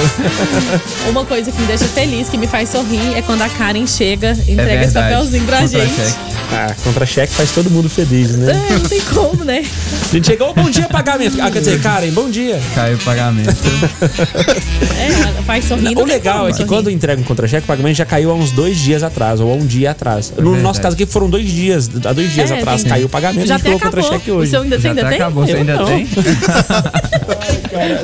Speaker 4: Uma coisa que me deixa feliz, que me faz sorrir, é quando a Karen chega e entrega esse
Speaker 15: verdade.
Speaker 4: papelzinho pra
Speaker 15: Contra
Speaker 4: gente.
Speaker 15: cheque.
Speaker 3: Ah, contra-cheque faz todo mundo feliz, né?
Speaker 4: É, não tem como, né?
Speaker 3: A gente chegou, bom dia, pagamento. Ah, quer dizer, Karen, bom dia.
Speaker 15: Caiu o pagamento.
Speaker 4: É, faz sorrindo.
Speaker 3: O legal é que quando entrega um contra-cheque, o pagamento já caiu há uns dois dias atrás, ou há um dia atrás. No
Speaker 15: É Verdade.
Speaker 3: nosso caso aqui foram dois dias. Há dois dias
Speaker 4: É,
Speaker 3: atrás
Speaker 4: tem-
Speaker 3: caiu o pagamento,
Speaker 4: Já
Speaker 3: a gente falou
Speaker 4: até acabou.
Speaker 3: contra-cheque
Speaker 4: O
Speaker 3: hoje.
Speaker 4: seu ainda- você Já ainda até tem? acabou, você Eu ainda não. tem?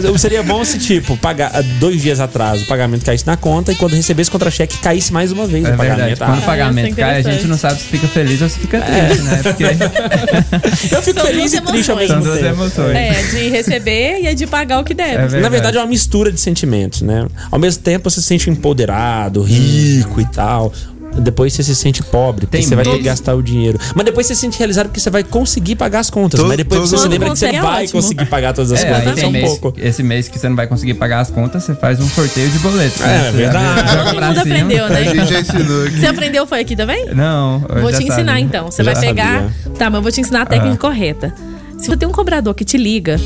Speaker 3: Eu- Seria bom se, tipo, pagar ah, dois dias atrás o pagamento caísse na conta e quando recebesse o contra-cheque caísse mais uma vez
Speaker 15: É
Speaker 3: o pagamento.
Speaker 15: verdade.
Speaker 3: Ah,
Speaker 15: Quando o pagamento
Speaker 4: é
Speaker 15: cai, a gente não sabe se fica feliz ou se fica
Speaker 3: É.
Speaker 15: triste, né? Porque
Speaker 3: Eu fico
Speaker 4: São
Speaker 3: feliz
Speaker 4: duas
Speaker 3: e triste ao
Speaker 4: emoções.
Speaker 3: mesmo
Speaker 15: São duas
Speaker 3: tempo.
Speaker 15: emoções.
Speaker 4: É, de receber e é de pagar o que deve.
Speaker 3: Na verdade, é uma mistura de sentimentos, né? Ao mesmo tempo, você se sente empoderado, rico e tal. Depois você se sente pobre, porque
Speaker 15: Tem
Speaker 3: você vai ter que
Speaker 15: medo.
Speaker 3: gastar o dinheiro. Mas depois você se sente realizado porque você vai conseguir pagar as contas. Então,
Speaker 15: Todo-
Speaker 3: mas depois
Speaker 15: todo-
Speaker 3: você se
Speaker 15: Quando
Speaker 3: lembra que você
Speaker 15: consegue é
Speaker 3: vai
Speaker 15: ótimo.
Speaker 3: conseguir pagar todas as
Speaker 15: É, aí
Speaker 3: contas.
Speaker 15: tem
Speaker 3: É um
Speaker 15: mês-
Speaker 3: pouco.
Speaker 15: Esse mês que você não vai conseguir pagar as contas, você faz um sorteio de boletos. né?
Speaker 3: É, é verdade.
Speaker 4: Todo mundo aprendeu, né? Você aprendeu foi aqui também?
Speaker 15: Não, eu
Speaker 4: Vou
Speaker 15: já
Speaker 4: te ensinar
Speaker 15: sabia.
Speaker 4: então. Você
Speaker 15: Eu
Speaker 4: vai
Speaker 15: já
Speaker 4: pegar. Tá, mas eu vou te ensinar a técnica
Speaker 15: Ah.
Speaker 4: correta. Se você tem um cobrador que te liga,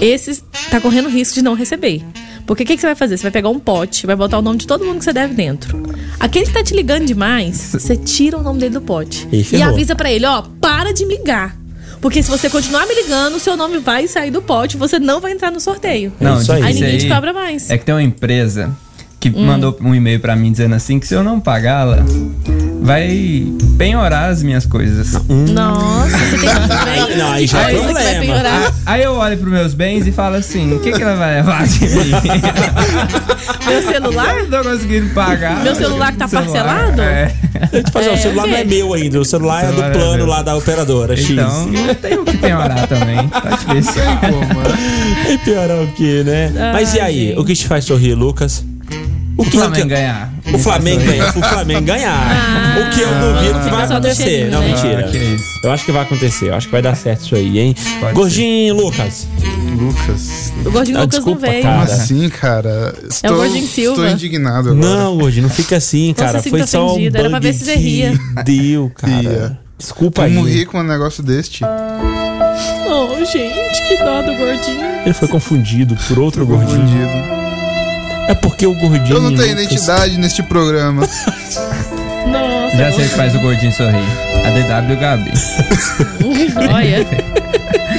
Speaker 4: esse tá correndo risco de não receber. Porque o que, que você vai fazer? Você vai pegar um pote, vai botar o nome de todo mundo que você deve dentro. Aquele que tá te ligando demais, você tira o nome dele do pote.
Speaker 3: E
Speaker 4: E,
Speaker 3: ferrou.
Speaker 4: avisa pra ele, ó, para de me ligar. Porque se você continuar me ligando, seu nome vai sair do pote, você não vai entrar no sorteio.
Speaker 15: Não,
Speaker 4: aí
Speaker 15: difícil
Speaker 4: ninguém te cobra mais.
Speaker 15: É que tem uma empresa que
Speaker 4: Hum.
Speaker 15: mandou um e-mail pra mim dizendo assim que se eu não pagá-la, vai penhorar as minhas coisas.
Speaker 4: Nossa, você tem muito bem.
Speaker 15: Não, Hum. aí já é
Speaker 4: Coisa que vai
Speaker 15: problema.
Speaker 4: piorar.
Speaker 15: Ah, Aí eu olho pros meus bens e falo assim: o que, que ela vai levar de mim?
Speaker 4: Meu celular?
Speaker 15: Eu não tô conseguindo pagar.
Speaker 4: Meu celular que tá parcelado?
Speaker 15: É.
Speaker 3: Tipo assim, ó, o celular não é meu ainda, o celular, é do plano lá da operadora X.
Speaker 15: Então, não tem o que penhorar também. Tá difícil.
Speaker 3: E piorar o que, né?
Speaker 15: Ai,
Speaker 3: Mas e aí,
Speaker 15: gente.
Speaker 3: o que te faz sorrir, Lucas? O, que-
Speaker 15: Flamengo
Speaker 3: que-
Speaker 15: ganhar.
Speaker 3: O Flamengo
Speaker 15: Isso aí.
Speaker 3: ganhar. O Flamengo ganhar.
Speaker 4: Ah.
Speaker 3: o que eu duvido que vai
Speaker 4: tá
Speaker 15: Fica só do
Speaker 3: acontecer.
Speaker 15: cheirinho,
Speaker 3: Não,
Speaker 15: né?
Speaker 3: mentira.
Speaker 15: Ah, que isso.
Speaker 3: Eu acho que vai acontecer. Eu acho que vai dar certo isso aí, hein? Gordinho Lucas.
Speaker 5: Lucas.
Speaker 4: O
Speaker 3: Ah,
Speaker 4: gordinho Lucas não veio.
Speaker 5: Como assim, cara?
Speaker 4: gordinho Silva.
Speaker 5: Estou indignado agora.
Speaker 3: Não, gordinho, não fica assim,
Speaker 4: Não se
Speaker 3: cara.
Speaker 4: sinta
Speaker 3: Foi só um
Speaker 4: ofendido, era pra ver
Speaker 3: bug
Speaker 4: se você ria.
Speaker 3: que deu, cara. Desculpa
Speaker 5: Como
Speaker 3: aí.
Speaker 5: rir com um negócio deste?
Speaker 4: Oh, gente, que dó do gordinho.
Speaker 3: Ele foi confundido por outro gordinho. É porque o gordinho.
Speaker 5: Eu não tenho
Speaker 3: Lucas-
Speaker 5: identidade neste programa.
Speaker 4: Nossa.
Speaker 15: Já sei o que faz o gordinho sorrir. A DW Gabi.
Speaker 4: Olha.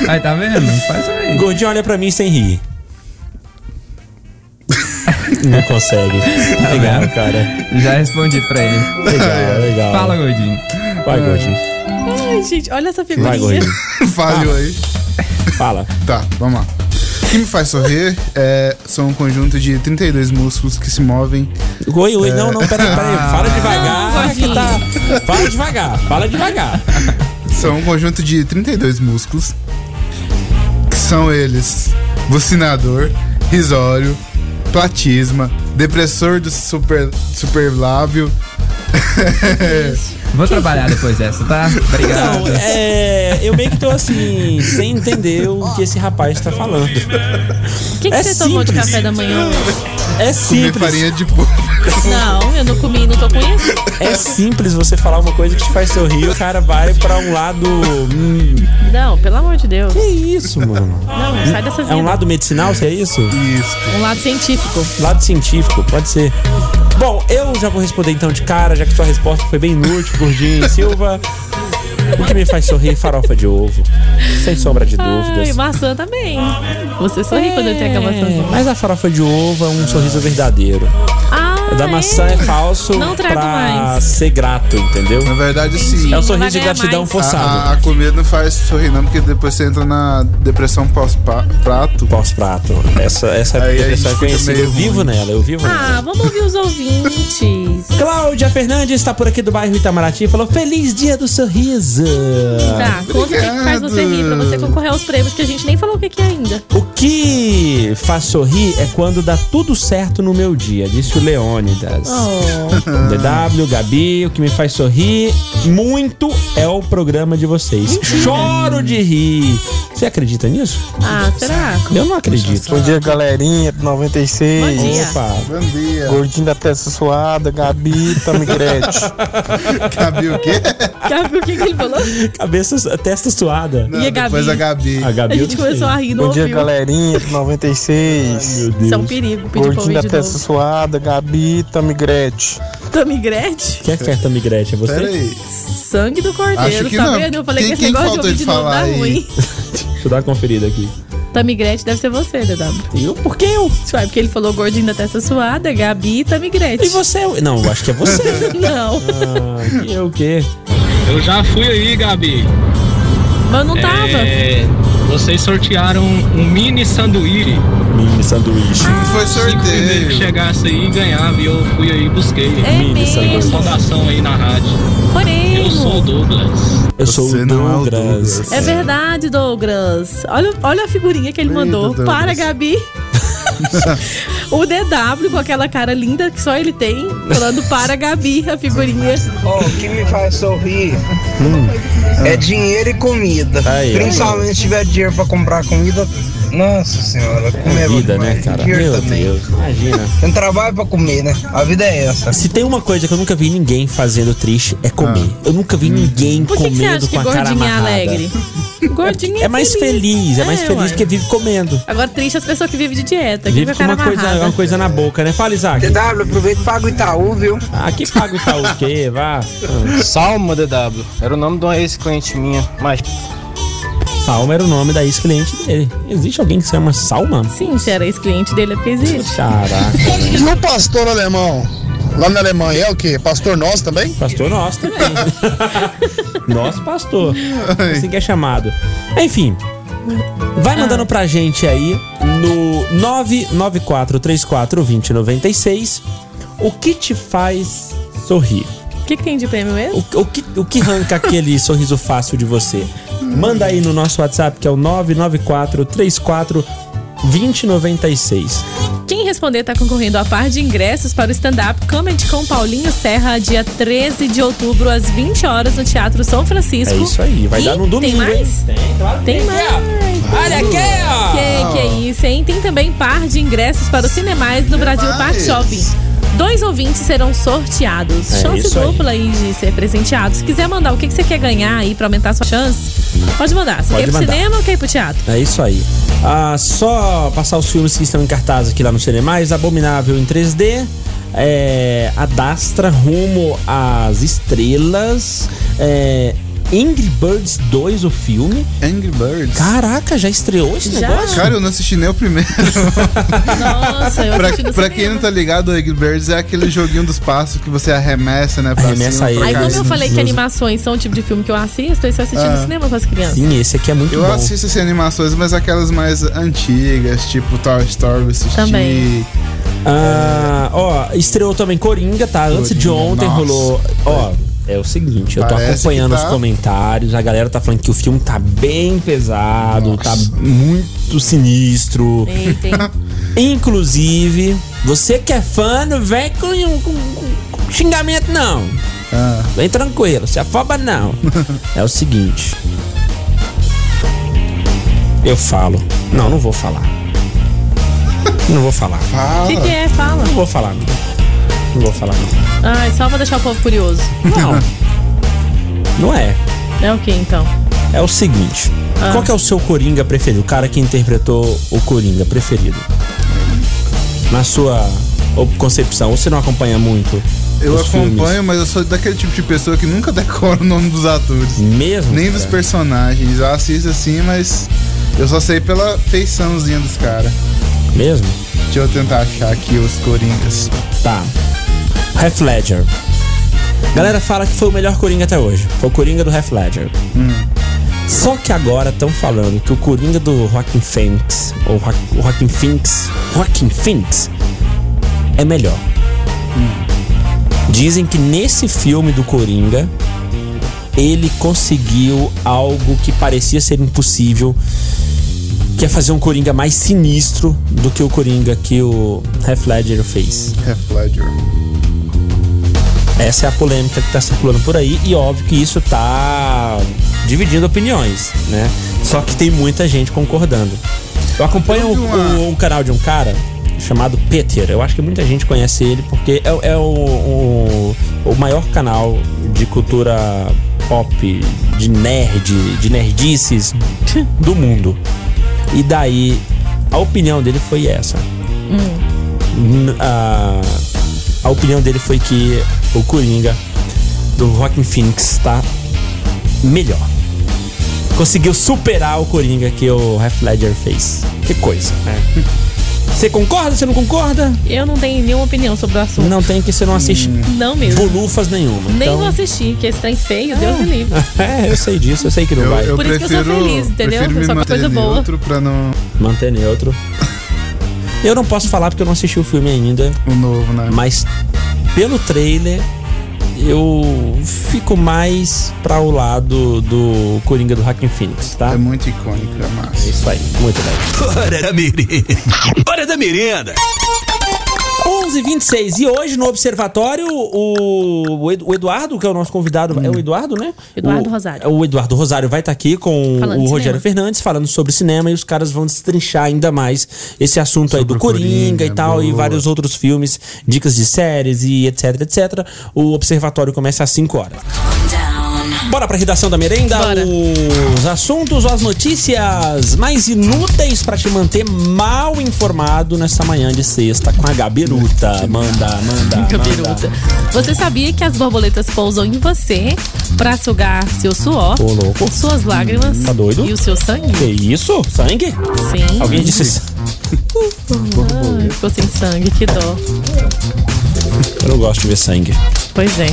Speaker 15: Aí tá vendo? Faz aí.
Speaker 3: Gordinho olha pra mim sem rir. Não consegue.
Speaker 15: Tá
Speaker 3: Legal, cara.
Speaker 15: Já respondi pra ele.
Speaker 3: Legal, legal.
Speaker 15: Fala, gordinho.
Speaker 3: Vai, gordinho.
Speaker 4: Ai, gente, olha essa
Speaker 5: Vai,
Speaker 4: figurinha.
Speaker 5: gordinho. Falhou aí.
Speaker 3: Fala.
Speaker 5: Tá, vamos lá. O que me faz sorrir é, são um conjunto de 32 músculos que se movem. é,
Speaker 3: Oi, oi, não, não, peraí, peraí. Fala
Speaker 15: Ah.
Speaker 3: devagar.
Speaker 4: Não,
Speaker 3: que tá... Fala devagar, fala devagar.
Speaker 5: São um conjunto de 32 músculos. Que são eles: bucinador, risório, platisma, depressor do super, superlábio.
Speaker 3: É.
Speaker 15: Vou trabalhar depois dessa, tá? Obrigado.
Speaker 3: Então, é, eu meio que tô assim, sem entender o que esse rapaz tá falando.
Speaker 4: O que, que
Speaker 3: É
Speaker 4: você tomou de
Speaker 3: simples.
Speaker 4: café da manhã?
Speaker 3: É simples.
Speaker 5: farinha de porco.
Speaker 4: Não, eu não comi, não tô com isso.
Speaker 3: É simples você falar uma coisa que te faz sorrir, o cara vai pra um lado. hum,
Speaker 4: Não, pelo amor de Deus.
Speaker 3: que isso, mano?
Speaker 4: Não, sai dessa vida.
Speaker 3: É um lado medicinal, se é isso?
Speaker 5: Isso.
Speaker 4: Um lado científico.
Speaker 3: Lado científico, pode ser. Bom, eu já vou responder então de cara, já que sua resposta foi bem inútil, gordinho e Silva. O que me faz sorrir? Farofa de ovo. Sem sombra de dúvidas.
Speaker 4: Ai, maçã também. Você sorri quando eu entrego a
Speaker 3: É,
Speaker 4: maçãzinha.
Speaker 3: mas a farofa de ovo é um sorriso verdadeiro.
Speaker 4: Ah,
Speaker 3: O da maçã é falso
Speaker 4: Não trago
Speaker 3: pra
Speaker 4: mais.
Speaker 3: ser grato, entendeu?
Speaker 5: Na verdade, sim.
Speaker 3: É um sorriso de gratidão
Speaker 5: A,
Speaker 3: forçado.
Speaker 5: a comida não faz sorrir, não, porque depois você entra na depressão pós-prato.
Speaker 3: Pós-prato. Essa, essa
Speaker 5: Aí a
Speaker 3: depressão é
Speaker 5: gente fica
Speaker 3: conhecida.
Speaker 5: meio
Speaker 3: Eu vivo
Speaker 5: ruim.
Speaker 3: nela, eu vivo nela.
Speaker 4: Ah, vamos ouvir os ouvintes.
Speaker 3: Cláudia Fernandes está por aqui do bairro Itamaraty e falou: Feliz dia do sorriso!
Speaker 5: Ah,
Speaker 4: Tá, conta o que que faz você rir pra você concorrer aos prêmios, que a gente nem falou o que, que é ainda.
Speaker 3: O que faz sorrir é quando dá tudo certo no meu dia, disse o Leônidas.
Speaker 4: Oh.
Speaker 3: DW, Gabi, o que me faz sorrir muito é o programa de vocês. Choro de rir. Você acredita nisso?
Speaker 4: Ah, será?
Speaker 3: Eu não acredito.
Speaker 16: Bom dia, galerinha do 96.
Speaker 3: Bom dia. Opa.
Speaker 5: Bom dia.
Speaker 16: Gordinho da testa suada, Gabi, Tami Gretchen.
Speaker 5: Gabi o quê?
Speaker 4: Gabi, o que, que ele falou?
Speaker 3: Cabeça, testa suada.
Speaker 4: E a Gabi?
Speaker 5: Depois a Gabi.
Speaker 3: A Gabi.
Speaker 4: A gente começou a rir, não
Speaker 16: Bom dia,
Speaker 4: ouviu.
Speaker 16: galerinha do 96.
Speaker 4: Isso é um perigo, pedir pra
Speaker 16: Gordinho
Speaker 4: ouvir
Speaker 16: da
Speaker 4: de
Speaker 16: testa
Speaker 4: novo.
Speaker 16: suada, Gabi, Tami Gretchen.
Speaker 4: Tamigrete?
Speaker 3: O que é que é Tamigrete? É você?
Speaker 4: Peraí. Sangue do
Speaker 3: Acho
Speaker 4: cordeiro,
Speaker 3: que
Speaker 4: tá
Speaker 3: não.
Speaker 4: vendo? Eu falei
Speaker 3: Quem-
Speaker 4: que esse
Speaker 3: quem
Speaker 4: negócio de
Speaker 3: faltou
Speaker 4: ouvir de
Speaker 3: de
Speaker 4: novo dá
Speaker 3: falar aí?
Speaker 4: ruim.
Speaker 3: Deixa eu dar uma conferida aqui.
Speaker 4: Tamigrete deve ser você, DW.
Speaker 3: Eu? Por que eu?
Speaker 4: Ué, porque ele falou gordinho da testa suada, Gabi e Tamigrete. E
Speaker 3: você? Não, eu acho que é você.
Speaker 4: não.
Speaker 3: Ah, que é o quê?
Speaker 17: Eu já fui aí, Gabi.
Speaker 4: Mas não
Speaker 3: tava.
Speaker 17: É, vocês sortearam um mini sanduíche.
Speaker 3: Mini sanduíche.
Speaker 17: foi sorteio. Se primeiro que chegasse aí ganhava e eu fui aí e busquei.
Speaker 4: É Mini mesmo? sanduíche.
Speaker 17: Saudação aí na rádio.
Speaker 4: Porém.
Speaker 17: Eu sou o Douglas.
Speaker 3: Eu sou o Douglas.
Speaker 4: Ah. É verdade, Douglas. Olha, olha a figurinha que ele
Speaker 3: Eita,
Speaker 4: mandou.
Speaker 3: Douglas.
Speaker 4: Para, Gabi. o DW com aquela cara linda que só ele tem, falando para, Gabi, a figurinha.
Speaker 6: O que me faz sorrir é dinheiro e comida.
Speaker 3: Hum. Tá Aí, ó.
Speaker 6: Principalmente se tiver dinheiro pra comprar comida. Nossa senhora, comer é bom
Speaker 3: vida, né,
Speaker 6: demais.
Speaker 3: cara?
Speaker 6: Dinheiro
Speaker 3: Meu
Speaker 6: também.
Speaker 3: Deus. Imagina.
Speaker 6: Tem trabalho pra comer, né? A vida é essa.
Speaker 3: Se tem uma coisa que eu nunca vi ninguém fazendo triste é comer.
Speaker 6: Ah.
Speaker 3: Eu nunca
Speaker 6: Hum.
Speaker 3: vi ninguém
Speaker 4: Por que, que você
Speaker 3: comendo
Speaker 4: acha que
Speaker 3: com a cara
Speaker 4: gordinha é
Speaker 3: amarrada.
Speaker 4: alegre? Gordinha é,
Speaker 3: É mais feliz, é mais
Speaker 4: É,
Speaker 3: feliz
Speaker 4: uai.
Speaker 3: porque vive comendo.
Speaker 4: Agora, triste as pessoas que vivem de dieta, que
Speaker 3: Vive
Speaker 4: vivem
Speaker 3: com
Speaker 4: com a cara
Speaker 3: uma coisa,
Speaker 4: amarrada.
Speaker 3: uma coisa na boca, né? Fala, Isaac.
Speaker 6: DW, aproveita e paga o Itaú, viu?
Speaker 3: Ah, que paga o Itaú o quê? Vá.
Speaker 16: Salma DW. Era o nome de uma ex-cliente minha. Mas.
Speaker 3: Salma era o nome da ex-cliente dele. Existe alguém que se chama Salma?
Speaker 4: Sim, se era ex-cliente dele, é porque existe.
Speaker 3: Caraca.
Speaker 18: E o pastor alemão? Lá na Alemanha é o quê? Pastor nosso também?
Speaker 3: Pastor nosso também. né? Nosso pastor. Assim que é chamado. Enfim. Vai mandando pra gente aí no 994342096 o que te faz sorrir.
Speaker 4: O que, que tem de prêmio mesmo?
Speaker 3: O, o que, o que arranca aquele sorriso fácil de você? Manda aí no nosso WhatsApp que é o 99434 2096.
Speaker 4: Quem responder tá concorrendo a par de ingressos para o stand-up Comedy com Paulinho Serra, dia 13 de outubro, às 20 horas, no Teatro São Francisco.
Speaker 3: É isso aí, vai
Speaker 4: E
Speaker 3: dar no domingo,
Speaker 4: Tem mais?
Speaker 3: hein? Tem, claro que
Speaker 4: Tem
Speaker 3: tem.
Speaker 4: mais.
Speaker 3: Olha aqui, ó.
Speaker 4: Que, que é isso, hein? Tem também par de ingressos para os cinemais do Brasil Park Shopping. Dois ouvintes serão sorteados.
Speaker 19: É
Speaker 4: chance
Speaker 19: isso aí.
Speaker 4: dupla aí de ser presenteado. Se quiser mandar o que, que você quer ganhar aí para aumentar a sua chance, pode mandar. Você
Speaker 3: Pode
Speaker 4: quer ir pro
Speaker 3: mandar.
Speaker 4: cinema ou quer ir pro teatro?
Speaker 3: É isso aí. Ah, só passar os filmes que estão em cartaz aqui lá no Cinemais. Abominável em 3D. É, Adastra Rumo às Estrelas. É, Angry Birds 2, o filme.
Speaker 5: Angry Birds?
Speaker 3: Caraca, já estreou esse negócio?
Speaker 5: Cara, eu não assisti nem o primeiro.
Speaker 4: Nossa, eu
Speaker 5: pra,
Speaker 4: assisti no
Speaker 5: pra
Speaker 4: cinema.
Speaker 5: quem não tá ligado, o Angry Birds é aquele joguinho dos passos que você arremessa, né? Pra
Speaker 3: Arremessa
Speaker 5: cima,
Speaker 3: ele.
Speaker 5: pra
Speaker 4: Aí,
Speaker 5: cá.
Speaker 4: como eu falei que animações são o tipo de filme que eu assisto, eu só assisti no
Speaker 5: Ah.
Speaker 4: cinema com as crianças.
Speaker 3: Sim, esse aqui é muito
Speaker 5: eu
Speaker 3: bom.
Speaker 5: assisto assim, animações, mas aquelas mais antigas, tipo Toy Story, eu assisti. é,
Speaker 4: Também.
Speaker 3: Ah, ó, estreou também Coringa, tá? Antes de
Speaker 5: Coringa,
Speaker 3: ontem
Speaker 5: nossa.
Speaker 3: rolou. Ó, é o seguinte, eu tô
Speaker 5: Parece
Speaker 3: acompanhando
Speaker 5: que tá.
Speaker 3: os comentários, a galera tá falando que o filme tá bem pesado, tá muito sinistro.
Speaker 4: Eita, hein?
Speaker 3: Inclusive, você que é fã, não vem com, com- com xingamento, não.
Speaker 5: Ah.
Speaker 3: Vem tranquilo, se afoba, não. é o seguinte. Eu falo. Não, não vou falar. Não vou falar.
Speaker 4: O que, que é? Fala.
Speaker 3: Não vou falar, não. Não vou falar, não.
Speaker 4: Ai, só pra deixar o povo curioso.
Speaker 3: Não. Não é.
Speaker 4: É o que então?
Speaker 3: É o seguinte.
Speaker 4: Ah.
Speaker 3: Qual que é o seu Coringa preferido? O cara que interpretou o Coringa preferido? Na sua ou- concepção. Ou você não acompanha muito?
Speaker 5: Eu
Speaker 3: os
Speaker 5: acompanho,
Speaker 3: filmes?
Speaker 5: mas eu sou daquele tipo de pessoa que nunca decora o nome dos atores.
Speaker 3: Mesmo?
Speaker 5: Nem dos
Speaker 3: cara?
Speaker 5: personagens. Eu assisto assim, mas eu só sei pela feiçãozinha dos caras.
Speaker 3: Mesmo?
Speaker 5: Deixa eu tentar achar aqui os Coringas.
Speaker 3: Tá. Heath Ledger. Galera fala que foi o melhor Coringa até hoje. Foi o Coringa do Heath Ledger. Só que agora estão falando que o Coringa do Joaquin Phoenix, ou Joa- o Joaquin Phoenix, Joaquin Phoenix, é melhor. Dizem que nesse filme do Coringa, ele conseguiu algo que parecia ser impossível, que é fazer um Coringa mais sinistro do que o Coringa que o Heath Ledger fez.
Speaker 5: Heath Ledger.
Speaker 3: Essa é a polêmica que tá circulando por aí e óbvio que isso tá dividindo opiniões, né? Só que tem muita gente concordando. Eu acompanho o, o- o canal de um cara chamado Peter. Eu acho que muita gente conhece ele porque é, é o, o, o maior canal de cultura pop, de nerd, de nerdices do mundo. E daí a opinião dele hum. foi essa. N- a, a opinião dele foi que o Coringa do Rockin' Phoenix tá melhor. Conseguiu superar o Coringa que o Heath Ledger fez. Que coisa, né? Você concorda? Você não concorda?
Speaker 4: Eu não tenho nenhuma opinião sobre o assunto.
Speaker 3: Não tem que você não assiste
Speaker 4: Não mesmo.
Speaker 3: bolufas nenhuma.
Speaker 4: Nem
Speaker 3: então...
Speaker 4: vou assistir, que esse trem feio, Deus me livre.
Speaker 3: É, eu sei disso, eu sei que não vai.
Speaker 4: Por isso que eu sou feliz, entendeu?
Speaker 5: prefiro me
Speaker 4: Só com
Speaker 5: manter
Speaker 4: coisa boa.
Speaker 5: neutro pra não...
Speaker 3: Manter neutro. Eu não posso falar porque eu não assisti o filme ainda.
Speaker 5: O novo, né?
Speaker 3: Mas pelo trailer, eu fico mais pra o lado do Coringa do Hacking Phoenix, tá? É
Speaker 5: muito icônico, é massa.
Speaker 3: É isso aí, muito bem.
Speaker 11: Hora da merenda. Hora da merenda.
Speaker 3: 11 h 26 e hoje no observatório o, o Edu- o Eduardo, que é o nosso convidado,
Speaker 5: Hum.
Speaker 3: é o Eduardo, né?
Speaker 4: Eduardo
Speaker 3: O-
Speaker 4: Rosário.
Speaker 3: O Eduardo Rosário vai estar aqui com
Speaker 4: Falando
Speaker 3: o
Speaker 4: de
Speaker 3: Rogério
Speaker 4: cinema.
Speaker 3: Fernandes falando sobre cinema e os caras vão destrinchar ainda mais esse assunto aí do Coringa, e tal e vários outros filmes, dicas de séries e etc, etc. O observatório começa às 5 horas. Bora pra redação da merenda, os assuntos ou as notícias mais inúteis pra te manter mal informado nessa manhã de sexta com a Gabiruta. Manda, manda. Gabiruta.
Speaker 4: Você sabia que as borboletas pousam em você pra sugar seu suor,
Speaker 3: Ô, louco.
Speaker 4: suas lágrimas
Speaker 3: Tá doido?
Speaker 4: e o seu sangue?
Speaker 3: Que isso? Sangue?
Speaker 4: Sim.
Speaker 3: Alguém disse.
Speaker 4: Ai, ficou sem sangue, que dó.
Speaker 3: Eu não gosto de ver sangue.
Speaker 4: Pois é.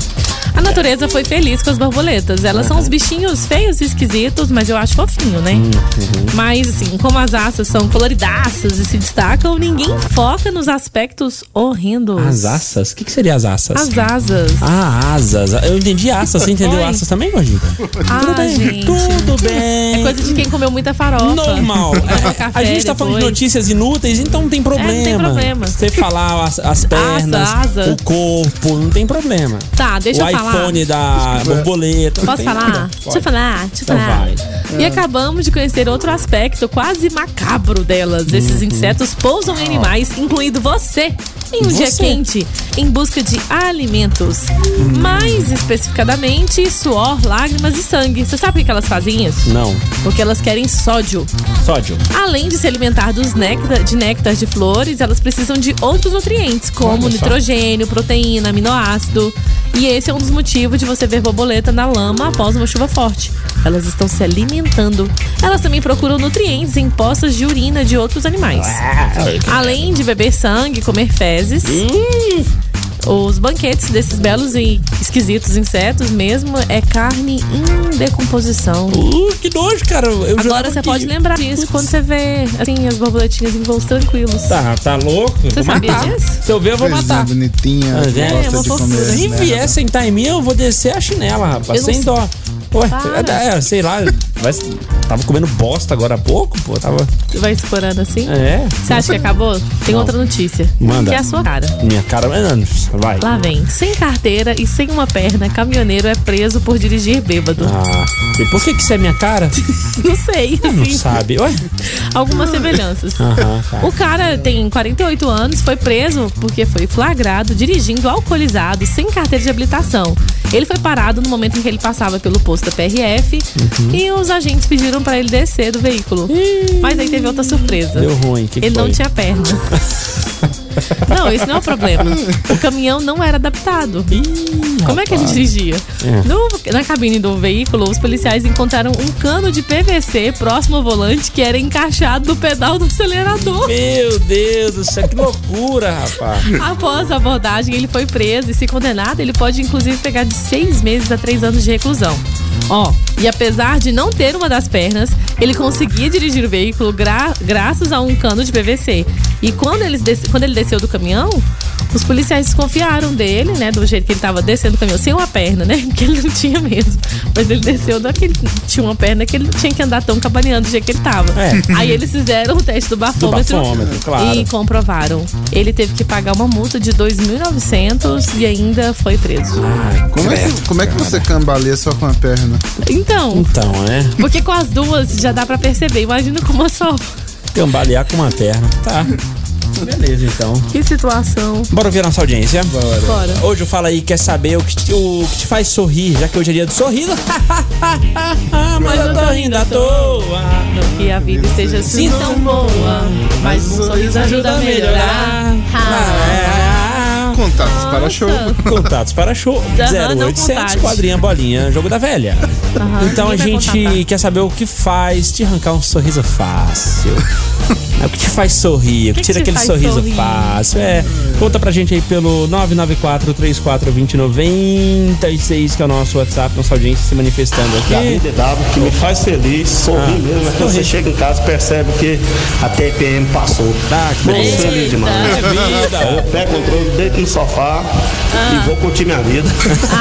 Speaker 4: A natureza foi feliz com as borboletas. Elas são uns bichinhos feios e esquisitos, mas eu acho fofinho, né?
Speaker 3: Hum. Uhum.
Speaker 4: Mas, assim, como as asas são coloridaças e se destacam, ninguém foca nos aspectos horrendos.
Speaker 3: As assas? O que, que seria as assas?
Speaker 4: As asas.
Speaker 3: Ah, asas. Eu entendi assas. Você entendeu
Speaker 4: Oi.
Speaker 3: assas também, Gordinho?
Speaker 4: Ah,
Speaker 3: Tudo bem,
Speaker 4: gente.
Speaker 3: tudo bem.
Speaker 4: É coisa de quem comeu muita farofa.
Speaker 3: Normal.
Speaker 4: Toma
Speaker 3: A
Speaker 4: É, café
Speaker 3: gente tá falando de
Speaker 4: depois. É,
Speaker 3: notícias inúteis, então não tem problema.
Speaker 4: não tem problema.
Speaker 3: Você falar as, as pernas,
Speaker 4: asa.
Speaker 3: o corpo, não tem problema.
Speaker 4: Tá, deixa
Speaker 3: o
Speaker 4: eu falar.
Speaker 3: iPhone da borboleta. não
Speaker 4: Posso
Speaker 3: tem
Speaker 4: falar?
Speaker 3: problema.
Speaker 4: Deixa eu falar, deixa eu
Speaker 3: Então
Speaker 4: falar.
Speaker 3: vai.
Speaker 4: E acabamos de conhecer outro aspecto quase macabro delas.
Speaker 3: Uhum.
Speaker 4: Esses insetos pousam em animais, incluindo você, em um dia
Speaker 19: Você.
Speaker 4: quente, em busca de alimentos.
Speaker 3: Hum.
Speaker 4: Mais especificadamente, suor, lágrimas e sangue. Você sabe por que elas fazem isso?
Speaker 3: Não.
Speaker 4: Porque elas querem sódio.
Speaker 3: Sódio.
Speaker 4: Além de se alimentar dos néctar, de néctar de flores, elas precisam de outros nutrientes, como
Speaker 3: Olha só.
Speaker 4: nitrogênio, proteína, aminoácido. E esse é um dos motivos de você ver borboleta na lama após uma chuva forte. Elas estão se alimentando. Elas também procuram nutrientes em poças de urina de outros animais. Além de beber sangue, comer fezes.
Speaker 3: Hum.
Speaker 4: Os banquetes desses belos e esquisitos insetos mesmo é carne em decomposição.
Speaker 3: Uh, que nojo, cara. Eu
Speaker 4: Agora você pode lembrar disso quando você vê assim, as borboletinhas em voos tranquilos.
Speaker 3: Tá, tá louco?
Speaker 4: Você
Speaker 3: vou
Speaker 4: sabia
Speaker 3: matar.
Speaker 4: disso?
Speaker 3: Se eu ver, eu vou
Speaker 5: Coisinha
Speaker 3: matar.
Speaker 5: bonitinha,
Speaker 3: Mas é,
Speaker 5: gosta
Speaker 3: uma
Speaker 5: de
Speaker 3: fofura.
Speaker 5: comer
Speaker 18: né?
Speaker 3: Se
Speaker 5: merda.
Speaker 3: vier sentar em mim, eu vou descer a chinela, rapaz.
Speaker 4: Eu não
Speaker 3: Sem
Speaker 4: sei.
Speaker 3: dó. Ué,
Speaker 4: Para.
Speaker 3: é, é, sei lá. vai- tava comendo bosta agora há pouco, pô. Tava.
Speaker 4: Vai explorando assim?
Speaker 3: É.
Speaker 4: Você acha que acabou? Tem
Speaker 3: Não.
Speaker 4: outra notícia.
Speaker 3: Manda.
Speaker 4: Que é a sua cara.
Speaker 3: Minha cara. Vai.
Speaker 4: Lá vem. Sem carteira e sem uma perna, caminhoneiro é preso por dirigir bêbado.
Speaker 3: Ah, e por que, que isso é minha cara?
Speaker 4: Não sei.
Speaker 3: Não
Speaker 4: assim.
Speaker 3: sabe. Ué?
Speaker 4: Algumas semelhanças.
Speaker 3: Aham, tá.
Speaker 4: O cara tem 48 anos, foi preso porque foi flagrado dirigindo alcoolizado, sem carteira de habilitação. Ele foi parado no momento em que ele passava pelo posto da PRF
Speaker 3: Uhum.
Speaker 4: e os agentes pediram para ele descer do veículo. Mas aí teve outra surpresa.
Speaker 3: Deu ruim, que que
Speaker 4: Ele não
Speaker 3: foi?
Speaker 4: tinha perna. não, esse não é o problema. O caminhão não era adaptado. Como é que ele
Speaker 19: rapaz.
Speaker 4: dirigia?
Speaker 19: É.
Speaker 4: No- na cabine do veículo, os policiais encontraram um cano de PVC próximo ao volante que era encaixado no pedal do acelerador.
Speaker 3: Meu Deus do céu, que loucura, rapaz.
Speaker 4: Após a abordagem, ele foi preso e, se condenado, ele pode inclusive pegar de seis meses a três anos de reclusão. Ó, e apesar de não ter uma das pernas, ele conseguia dirigir o veículo gra- graças a um cano de PVC. E quando, eles des- quando ele desceu do caminhão, os policiais desconfiaram dele, né? Do jeito que ele tava descendo o caminhão, sem uma perna, né? Porque ele não tinha mesmo. Mas ele desceu daquele. Tinha uma perna que ele não tinha que andar tão cabaneando do jeito que ele tava.
Speaker 3: É.
Speaker 4: Aí eles fizeram o teste do bafômetro.
Speaker 3: bafômetro, claro.
Speaker 4: E comprovaram. Ele teve que pagar uma multa de 2.900 e ainda foi preso.
Speaker 5: Como é, que, como é que você cambaleia só com a perna?
Speaker 4: Então,
Speaker 3: Então, né?
Speaker 4: porque com as duas já dá pra perceber. Imagina com uma só.
Speaker 3: Cambalear com uma perna. Tá. Beleza, então.
Speaker 4: Que situação.
Speaker 3: Bora ouvir a nossa audiência? Bora.
Speaker 4: Bora.
Speaker 3: Hoje eu falo aí, quer saber o que, te, o que te faz sorrir, já que hoje é dia do sorriso. Ah, Mas eu tô rindo à toa.
Speaker 4: Não que a vida esteja assim tão boa. Mas um sorriso ajuda a melhorar. Ah,
Speaker 5: Contatos para show.
Speaker 3: Contatos para show.
Speaker 5: Aham, não
Speaker 3: 0800,
Speaker 5: contatos.
Speaker 3: quadrinha, bolinha, jogo da velha. então a
Speaker 5: ninguém vai
Speaker 3: gente
Speaker 5: contar.
Speaker 3: quer saber o que faz te arrancar um sorriso fácil. É o que te faz sorrir, o que
Speaker 5: que
Speaker 3: tira
Speaker 5: te
Speaker 3: aquele
Speaker 5: faz
Speaker 3: sorriso
Speaker 5: sorrir?
Speaker 3: fácil. É, conta pra gente aí pelo 994-3420-96, que é o nosso WhatsApp, nossa audiência se manifestando aqui.
Speaker 7: Ah, é?
Speaker 19: DW é que me faz feliz, sorrir
Speaker 3: Ah,
Speaker 19: mesmo, mas quando
Speaker 3: sorri.
Speaker 19: você chega em casa percebe que a TPM passou. Ah, que
Speaker 3: beleza.
Speaker 19: feliz demais.
Speaker 3: Eita, vida.
Speaker 19: Aí Eu pego o controle, deito no sofá
Speaker 5: Ah.
Speaker 19: e vou curtir minha vida.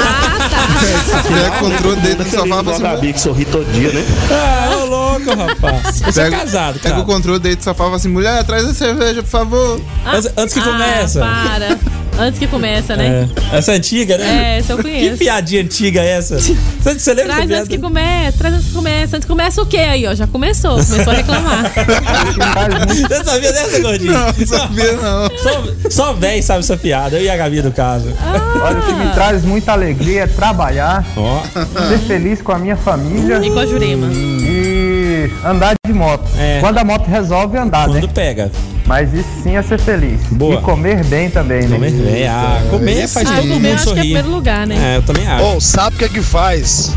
Speaker 19: é
Speaker 5: Pega o tá. controle, deita no sofá pra
Speaker 19: Gabi que sorri todo dia, né?
Speaker 3: Ah, ô louco, rapaz. Você é casado,
Speaker 5: Pega
Speaker 3: cara.
Speaker 5: o controle, deita no sofá e fala assim: mulher, traz a cerveja, por favor.
Speaker 3: Antes- antes que
Speaker 4: ah,
Speaker 3: comece.
Speaker 4: Para. Antes que começa, né?
Speaker 3: É. Essa é antiga, né?
Speaker 4: É, essa eu
Speaker 3: Que
Speaker 4: conheço.
Speaker 3: piadinha antiga é essa? Você, você lembra
Speaker 4: Traz
Speaker 3: dessa
Speaker 4: antes que começa, traz antes que começa. Antes que começa o quê aí, ó? Já começou, começou a reclamar.
Speaker 3: Você sabia dessa, Gordinho? Não, sabia não. Só, só véi sabe essa piada, eu e a Gabi do caso.
Speaker 5: Ah.
Speaker 7: Olha, o que me traz muita alegria é trabalhar,
Speaker 3: Ó.
Speaker 7: ser feliz com a minha família.
Speaker 4: E com a Hum. Jurema.
Speaker 7: E andar de moto.
Speaker 16: É.
Speaker 7: Quando a moto resolve andar, né?
Speaker 3: Quando pega.
Speaker 7: Mas isso sim é ser feliz.
Speaker 3: Boa.
Speaker 7: E comer bem também, né?
Speaker 3: Comer bem, ah, comer faz
Speaker 4: Ah,
Speaker 3: todo
Speaker 4: comer eu
Speaker 3: mundo
Speaker 4: acho que é
Speaker 3: sorrir.
Speaker 4: primeiro lugar, né?
Speaker 3: É, eu também acho.
Speaker 18: Ou sabe o que é que faz?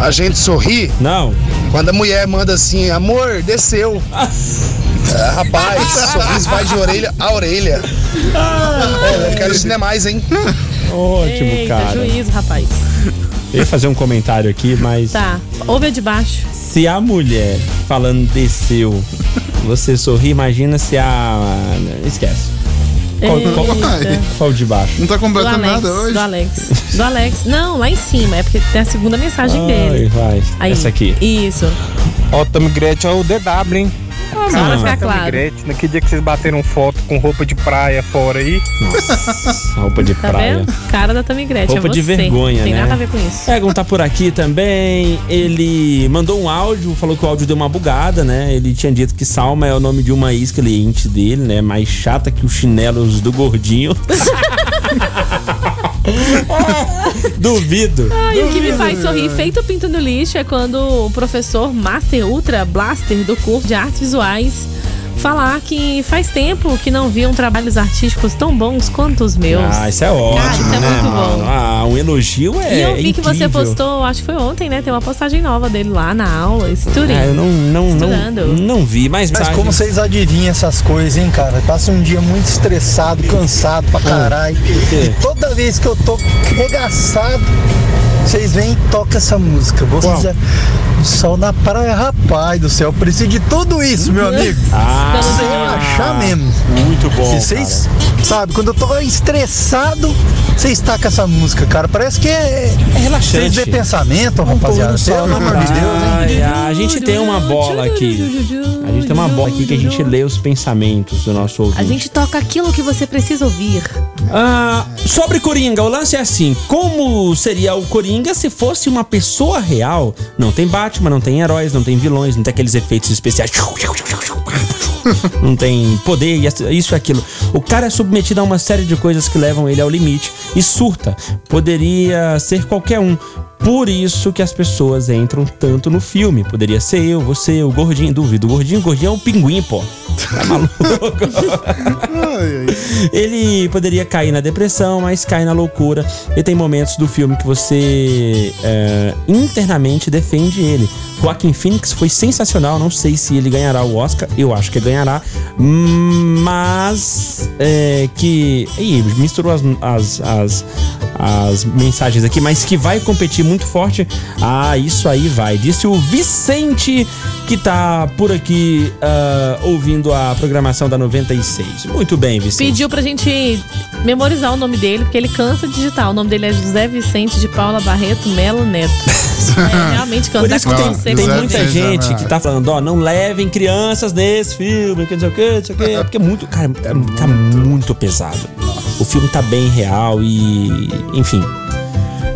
Speaker 18: A gente sorri?
Speaker 3: Não.
Speaker 18: Quando a mulher manda assim, amor, desceu. Ah, rapaz, sorriso vai de orelha a orelha.
Speaker 3: Ah.
Speaker 18: É, eu quero isso não é mais, hein?
Speaker 3: Ótimo,
Speaker 4: Eita,
Speaker 3: cara.
Speaker 4: juízo, rapaz.
Speaker 3: Eu ia fazer um comentário aqui, mas
Speaker 4: Tá, ouve a de baixo.
Speaker 3: se a mulher falando desceu, você sorri, imagina se a. Esquece. Qual, qual,
Speaker 4: Eita.
Speaker 3: qual de baixo?
Speaker 5: Não tá
Speaker 4: Do
Speaker 5: completando
Speaker 4: Alex,
Speaker 5: nada hoje.
Speaker 4: do Alex. Do Alex. Não, lá em cima. É porque tem a segunda mensagem
Speaker 3: Ai,
Speaker 4: dele.
Speaker 3: vai.
Speaker 4: Aí.
Speaker 3: Ah, Essa aqui.
Speaker 4: Isso.
Speaker 16: Ó, o Tommy Gretchen é o DW, hein?
Speaker 4: Ah, mas vai ficar claro.
Speaker 16: Tommy Gretchen, naquele dia que vocês bateram foto com roupa de praia fora aí.
Speaker 3: Roupa de
Speaker 4: Tá
Speaker 3: praia.
Speaker 4: vendo? Cara da Tammy Gretchen.
Speaker 3: Roupa
Speaker 4: é
Speaker 3: de
Speaker 4: você.
Speaker 3: vergonha,
Speaker 4: Tem
Speaker 3: né?
Speaker 4: nada a ver com isso.
Speaker 3: Egon tá por aqui também. Ele mandou um áudio, falou que o áudio deu uma bugada, né? Ele tinha dito que Salma é o nome de uma ex-cliente dele, né? Mais chata que os chinelos do gordinho. Duvido.
Speaker 4: Ai, o que me faz sorrir feito pinto no lixo é quando o professor Master Ultra Blaster do curso de artes visuais falar que faz tempo que não viam trabalhos artísticos tão bons quanto os meus.
Speaker 3: Ah, isso é ótimo,
Speaker 4: isso é
Speaker 3: né,
Speaker 4: muito
Speaker 3: mano?
Speaker 4: bom.
Speaker 3: Ah, um elogio é
Speaker 4: e eu vi que
Speaker 3: incrível.
Speaker 4: você postou, acho que foi ontem, né? Tem uma postagem nova dele lá na aula, estudando.
Speaker 3: Ah, eu não, não,
Speaker 4: Estudando.
Speaker 3: não, não vi, mas...
Speaker 20: Mas como vocês adivinham essas coisas, hein, cara? Passa um dia muito estressado, cansado
Speaker 3: Ah.
Speaker 20: pra caralho.
Speaker 3: quê?
Speaker 20: E toda vez que eu tô regaçado, vocês vêm e tocam essa música. Vocês já... O sol na praia, rapaz do céu. Eu preciso de tudo isso, meu amigo.
Speaker 3: Ah.
Speaker 20: pra você relaxar mesmo.
Speaker 3: Muito bom,
Speaker 20: Se vocês, sabe, quando eu tô estressado, vocês tacam essa música, cara. Parece que é,
Speaker 3: é relaxante.
Speaker 20: Vocês dê pensamento, rapaziada. Pelo amor de Deus, hein?
Speaker 3: Ai, a gente tem uma bola aqui. A gente tem uma bola aqui que a gente lê os pensamentos do nosso
Speaker 4: A
Speaker 3: ouvinte.
Speaker 4: gente toca aquilo que você precisa ouvir.
Speaker 3: Ah, sobre Coringa, o lance é assim: como seria o Coringa se fosse uma pessoa real? Não tem Batman, não tem heróis, não tem vilões, não tem aqueles efeitos especiais. Não tem poder, e essa- isso e aquilo. O cara é submetido a uma série de coisas que levam ele ao limite e surta. Poderia ser qualquer um. Por isso que as pessoas entram tanto no filme. Poderia ser eu, você, o gordinho, duvido. O gordinho, o gordinho é um pinguim, pô. Tá maluco? Ele poderia cair na depressão, mas cai na loucura. E tem momentos do filme que você é, internamente defende ele. Joaquin Phoenix foi sensacional. Não sei se ele ganhará o Oscar. Eu acho que ganhará. Mas é, que. Ih, misturou as, as, as, as mensagens aqui, mas que vai competir muito forte. Ah, isso aí vai. Disse o Vicente que tá por aqui ah, ouvindo a programação da 96. Muito bem, Vicente.
Speaker 4: Pediu pra gente memorizar o nome dele, porque ele cansa de digitar. O nome dele é José Vicente de Paula Barreto Melo Neto. É, realmente cansa.
Speaker 3: Por isso que
Speaker 4: Dá
Speaker 3: tem,
Speaker 4: conselho
Speaker 3: Tá tem
Speaker 4: pra
Speaker 3: muita
Speaker 4: ele.
Speaker 3: gente que tá falando, ó, não levem crianças nesse filme, que não sei o que, não sei o que. É porque é muito, cara, tá, tá muito pesado. O filme tá bem real e. enfim.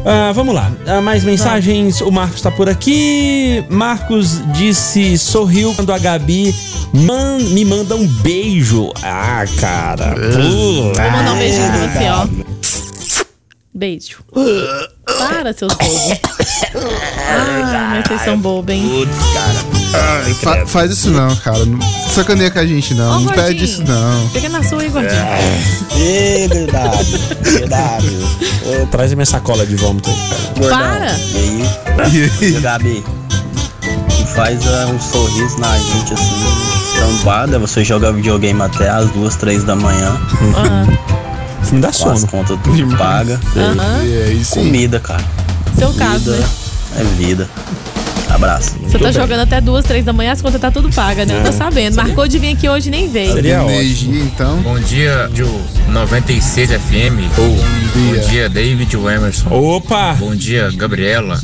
Speaker 3: Ah, vamos lá, Ah, mais mensagens. O Marcos tá por aqui. Marcos disse: sorriu quando a Gabi man- me manda um beijo. Ah, cara. Pô.
Speaker 4: Vou mandar um beijo pra você, ó. Beijo. Para, seus bobos. Ai, Ah, mas vocês são bobos, hein?
Speaker 5: Ai, fa- faz isso não, cara. Não sacaneia com a gente, não.
Speaker 4: Ó,
Speaker 5: não pede
Speaker 4: gordinho.
Speaker 5: isso, não.
Speaker 4: Fica na sua aí, gordinho.
Speaker 16: É.
Speaker 3: Ih, verdade. Verdade. Traz a minha sacola de vômito aí.
Speaker 4: Para!
Speaker 13: E aí, Gabi, faz ah, um sorriso na gente assim, trombada, você joga videogame até as duas, três da manhã.
Speaker 3: Não dá
Speaker 13: sono. As contas tudo paga.
Speaker 4: Aham.
Speaker 13: E aí, sim. Comida, cara.
Speaker 4: Seu caso, né?
Speaker 13: É vida. Abraço.
Speaker 4: Você tá jogando até duas, três da manhã, as contas tá tudo paga, né? Eu tô
Speaker 13: É.
Speaker 4: sabendo. Marcou de vir aqui hoje e nem veio.
Speaker 5: então.
Speaker 21: Bom dia, Ju 96 FM. Bom dia, David Emerson.
Speaker 3: Opa!
Speaker 21: Bom dia, Gabriela.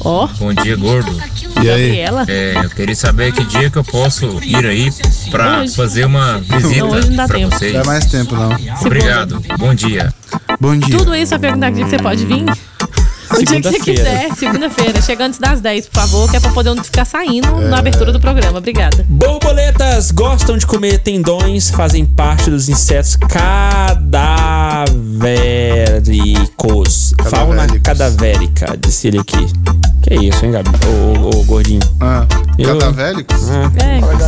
Speaker 4: Ó.
Speaker 21: Bom dia, gordo.
Speaker 4: E aí? Gabriela?
Speaker 21: É, eu queria saber que dia que eu posso ir aí pra
Speaker 5: Hoje.
Speaker 21: fazer uma visita
Speaker 4: Não, hoje não dá
Speaker 21: pra
Speaker 4: tempo.
Speaker 21: vocês.
Speaker 5: Dá mais tempo, não.
Speaker 21: Obrigado. Bom dia.
Speaker 5: Bom dia.
Speaker 4: Tudo isso pra perguntar que dia que você pode vir? O dia que você
Speaker 21: Segunda-feira.
Speaker 4: quiser, segunda-feira. Chega antes das 10, por favor, que é pra poder não ficar saindo na abertura do programa. Obrigada.
Speaker 3: Borboletas gostam de comer tendões, fazem parte dos insetos cadavéricos. Fauna cadavérica, disse ele aqui. Que isso, hein, Gabi? Ô, ô, ô, gordinho.
Speaker 5: Ah,
Speaker 3: cadavéricos?
Speaker 4: É,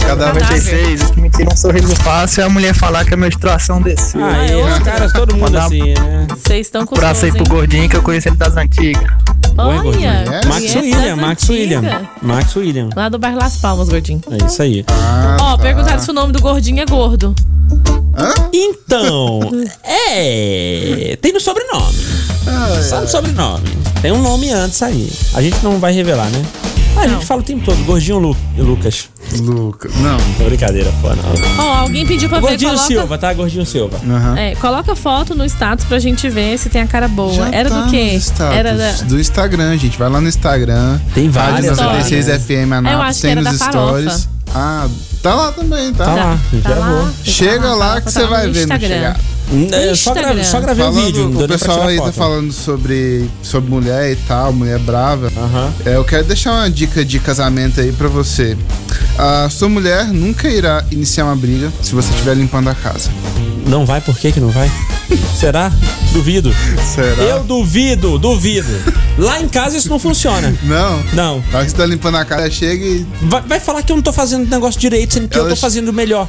Speaker 5: Cada vez
Speaker 3: cadáver.
Speaker 16: O que me tira um sorriso fácil é a mulher falar que a menstruação desceu.
Speaker 3: Ah, é, os caras, todo mundo assim, né?
Speaker 4: Vocês estão com
Speaker 16: Abraço aí pro gordinho que eu conheço ele das antigas.
Speaker 4: Olha,
Speaker 3: Gordinho. Max
Speaker 4: conhece
Speaker 3: William,
Speaker 4: as
Speaker 3: Max
Speaker 4: antigas.
Speaker 3: William. Max William.
Speaker 4: Lá do bairro Las Palmas, gordinho.
Speaker 3: É isso aí. tá.
Speaker 4: Ó, perguntaram se o nome do gordinho é gordo.
Speaker 3: Então, é. Tem no sobrenome. Só no sobrenome. Tem um nome antes aí. A gente não vai revelar, né? Ah, a gente fala o tempo todo, gordinho Lu Lucas.
Speaker 5: Lucas. Não.
Speaker 3: Brincadeira, pô,
Speaker 4: Ó,
Speaker 3: não.
Speaker 4: alguém pediu pra ver,
Speaker 3: Gordinho
Speaker 4: coloca...
Speaker 3: Silva, tá? Gordinho Silva.
Speaker 4: É, coloca foto no status pra gente ver se tem a cara boa.
Speaker 5: Já
Speaker 4: Era
Speaker 5: tá
Speaker 4: do quê?
Speaker 5: nos status
Speaker 4: Era da...
Speaker 5: do Instagram, gente. Vai lá no Instagram.
Speaker 3: Tem
Speaker 5: Rádio
Speaker 3: várias
Speaker 5: 96
Speaker 3: várias.
Speaker 5: FM
Speaker 4: Eu
Speaker 5: Anápolis,
Speaker 4: acho que
Speaker 5: tem
Speaker 4: era
Speaker 5: nos
Speaker 4: da
Speaker 5: stories.
Speaker 4: farofa.
Speaker 5: Ah, tá lá também, tá?
Speaker 3: Tá lá, Tá já lá, vou. tá lá,
Speaker 5: Chega lá, que você vai ver no chegar.
Speaker 3: É, só gra- só gravei o
Speaker 5: Falando-
Speaker 3: vídeo, não deu
Speaker 5: O
Speaker 3: nem pra
Speaker 5: pessoal
Speaker 3: tirar
Speaker 5: aí tá
Speaker 3: foto. né?
Speaker 5: falando sobre, sobre mulher e tal, mulher brava. É, eu quero deixar uma dica de casamento aí pra você. A sua mulher nunca irá iniciar uma briga se você estiver limpando a casa.
Speaker 3: Não vai, por que que não vai? Será? Duvido.
Speaker 5: Será?
Speaker 3: Eu duvido, duvido. Lá em casa isso não funciona.
Speaker 5: Não?
Speaker 3: Não.
Speaker 5: Na hora que você tá limpando a casa, chega e.
Speaker 3: Vai, vai falar que eu não tô fazendo o negócio direito, sendo que eu tô fazendo melhor.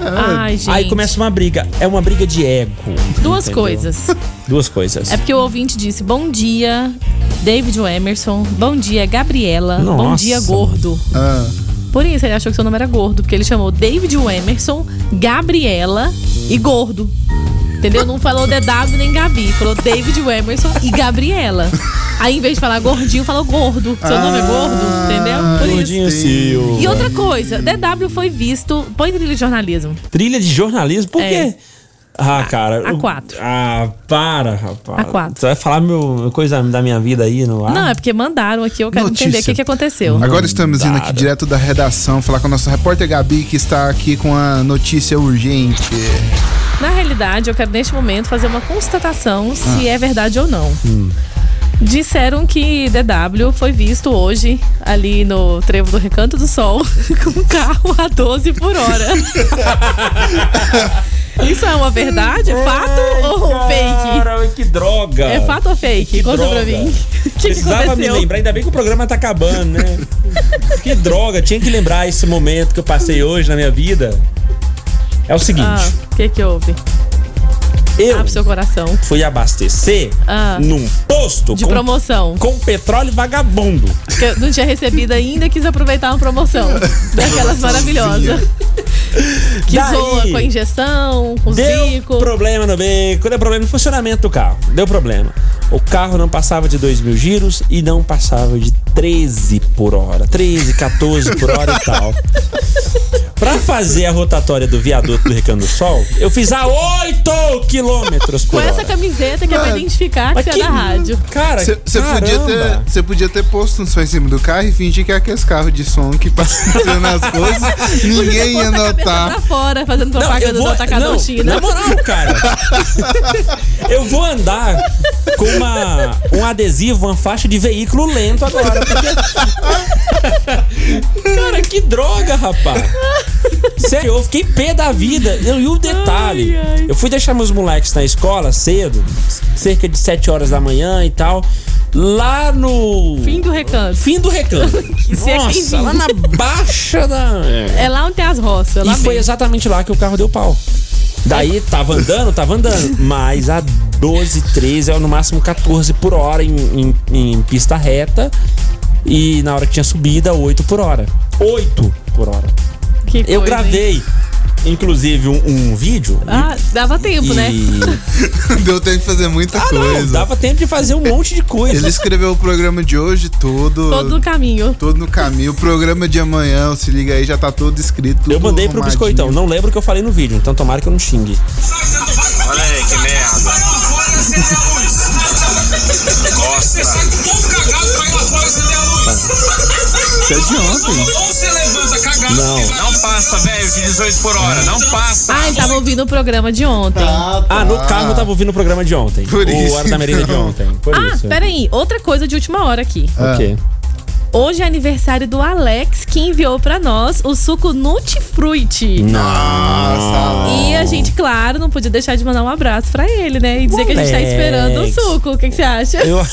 Speaker 5: É.
Speaker 4: Ai, gente.
Speaker 3: Aí começa uma briga. É uma briga de ego.
Speaker 4: Duas
Speaker 3: entendeu?
Speaker 4: coisas.
Speaker 3: Duas coisas.
Speaker 4: É porque o ouvinte disse bom dia, David Emerson. Bom dia, Gabriela. Bom
Speaker 3: Nossa.
Speaker 4: dia, gordo.
Speaker 14: Ah.
Speaker 4: Por isso ele achou que seu nome era gordo, porque ele chamou David Emerson, Gabriela e gordo. Entendeu? Não falou DW nem Gabi, falou David Emerson e Gabriela. Aí em vez de falar gordinho, falou gordo. Seu nome é gordo,
Speaker 5: Ah.
Speaker 4: entendeu? Por isso.
Speaker 3: Gordinho Silva.
Speaker 4: E outra coisa, DW foi visto. Põe trilha de jornalismo.
Speaker 3: Trilha de jornalismo? Por
Speaker 4: É.
Speaker 3: quê? Ah, cara.
Speaker 4: a
Speaker 3: eu-
Speaker 4: quatro.
Speaker 3: Ah, para, rapaz.
Speaker 4: A quatro.
Speaker 3: Você vai falar meu, coisa da minha vida aí no ar?
Speaker 4: Não, é porque mandaram aqui, eu quero entender o que, que aconteceu.
Speaker 5: Agora estamos indo aqui
Speaker 3: Nada.
Speaker 5: direto da redação falar com a nossa repórter Gabi, que está aqui com a notícia urgente.
Speaker 4: Na realidade, eu quero neste momento fazer uma constatação se é verdade ou não.
Speaker 3: Hum.
Speaker 4: Disseram que DW foi visto hoje ali no trevo do Recanto do Sol com um carro a 12 por hora. Isso é uma verdade? Fato ou fake?
Speaker 3: É, Cara, que droga.
Speaker 4: É fato ou fake?
Speaker 3: Que
Speaker 4: Conta pra
Speaker 3: droga.
Speaker 4: mim. O que, que
Speaker 3: Precisava me
Speaker 4: aconteceu?
Speaker 3: lembrar, ainda bem que o programa tá acabando, né? que droga, tinha que lembrar esse momento que eu passei hoje na minha vida. É o seguinte,
Speaker 4: Ah, O que que houve?
Speaker 3: eu
Speaker 4: Abre seu coração.
Speaker 3: fui abastecer
Speaker 4: Ah.
Speaker 3: num posto
Speaker 4: De
Speaker 3: com-
Speaker 4: promoção.
Speaker 3: com petróleo vagabundo.
Speaker 4: Que eu não tinha recebido ainda, quis aproveitar uma promoção. Daquelas maravilhosas. Que
Speaker 3: Daí-
Speaker 4: zoa com a injeção, com os
Speaker 3: Deu
Speaker 4: bicos.
Speaker 3: problema no bico, deu problema no funcionamento do carro. Deu problema. O carro não passava de 2 mil giros e não passava de 13 por hora. 13, 14 por hora e tal. Pra fazer a rotatória do viaduto do Recanto do Sol, eu fiz a 8 quilômetros por
Speaker 4: Com essa
Speaker 3: hora.
Speaker 4: camiseta que é pra
Speaker 5: Mano,
Speaker 4: identificar que
Speaker 3: mas
Speaker 4: você
Speaker 3: que-
Speaker 4: é da rádio.
Speaker 3: Cara,
Speaker 5: Você você podia,
Speaker 3: caramba.
Speaker 5: ter- você podia ter posto um som em cima do carro e fingir que é aqueles carros de som que passam nas coisas, ninguém ia notar.
Speaker 4: Pra fora, fazendo
Speaker 3: Não, eu
Speaker 4: propaganda
Speaker 3: vou-
Speaker 4: do Atacadão né?
Speaker 3: não,
Speaker 4: China.
Speaker 3: na moral, cara. Eu vou andar com uma, um adesivo, uma faixa de veículo lento agora. porque- Cara, que droga, rapaz. Sério, eu fiquei pé da vida. Não, E o detalhe, eu fui deixar meus moleques na escola cedo, cerca de 7 horas da manhã e tal. lá no.
Speaker 4: Fim do recanto.
Speaker 3: Fim do recanto.
Speaker 4: Se é que
Speaker 3: Nossa,
Speaker 4: enfim.
Speaker 3: lá na baixa da.
Speaker 4: É lá onde tem as roças.
Speaker 3: E
Speaker 4: lá
Speaker 3: foi
Speaker 4: mesmo.
Speaker 3: exatamente lá que o carro deu pau. Daí tava andando, tava andando, mas a 12, 13, ou no máximo 14 por hora em, em- em pista reta. E na hora que tinha subida, 8 por hora. 8 por hora.
Speaker 4: Que
Speaker 3: Eu
Speaker 4: coisa,
Speaker 3: gravei, inclusive, um, um vídeo.
Speaker 4: Ah, dava tempo, né?
Speaker 5: Deu tempo de fazer muita coisa.
Speaker 3: Ah, dava tempo de fazer um monte de coisa.
Speaker 5: Ele escreveu o programa de hoje todo.
Speaker 4: Todo no caminho.
Speaker 5: Todo no caminho. O programa de amanhã, o se liga aí, já tá todo escrito.
Speaker 3: Eu mandei pro Biscoitão. Não lembro o que eu falei no vídeo, então tomara que eu não xingue.
Speaker 1: Olha aí, que merda. Gosta.
Speaker 3: Isso é de
Speaker 1: Ou você levanta cagado.
Speaker 3: Não.
Speaker 1: Não passa, velho, de 18 por hora. Não passa.
Speaker 4: Ah, ele tava ouvindo o programa de ontem.
Speaker 3: Ah, no carro eu tava ouvindo o programa de ontem.
Speaker 1: Por
Speaker 3: o
Speaker 1: isso,
Speaker 3: Hora da Merenda de
Speaker 1: então.
Speaker 3: ontem. Por
Speaker 4: ah,
Speaker 3: isso.
Speaker 4: peraí. Outra coisa de última hora aqui.
Speaker 3: O quê?
Speaker 4: Hoje é aniversário do Alex, que enviou pra nós o suco Nutifruit.
Speaker 3: Nossa.
Speaker 4: E a gente, claro, não podia deixar de mandar um abraço pra ele, né? E dizer que a gente tá
Speaker 3: Alex.
Speaker 4: esperando o suco. O que, que você acha?
Speaker 3: Eu-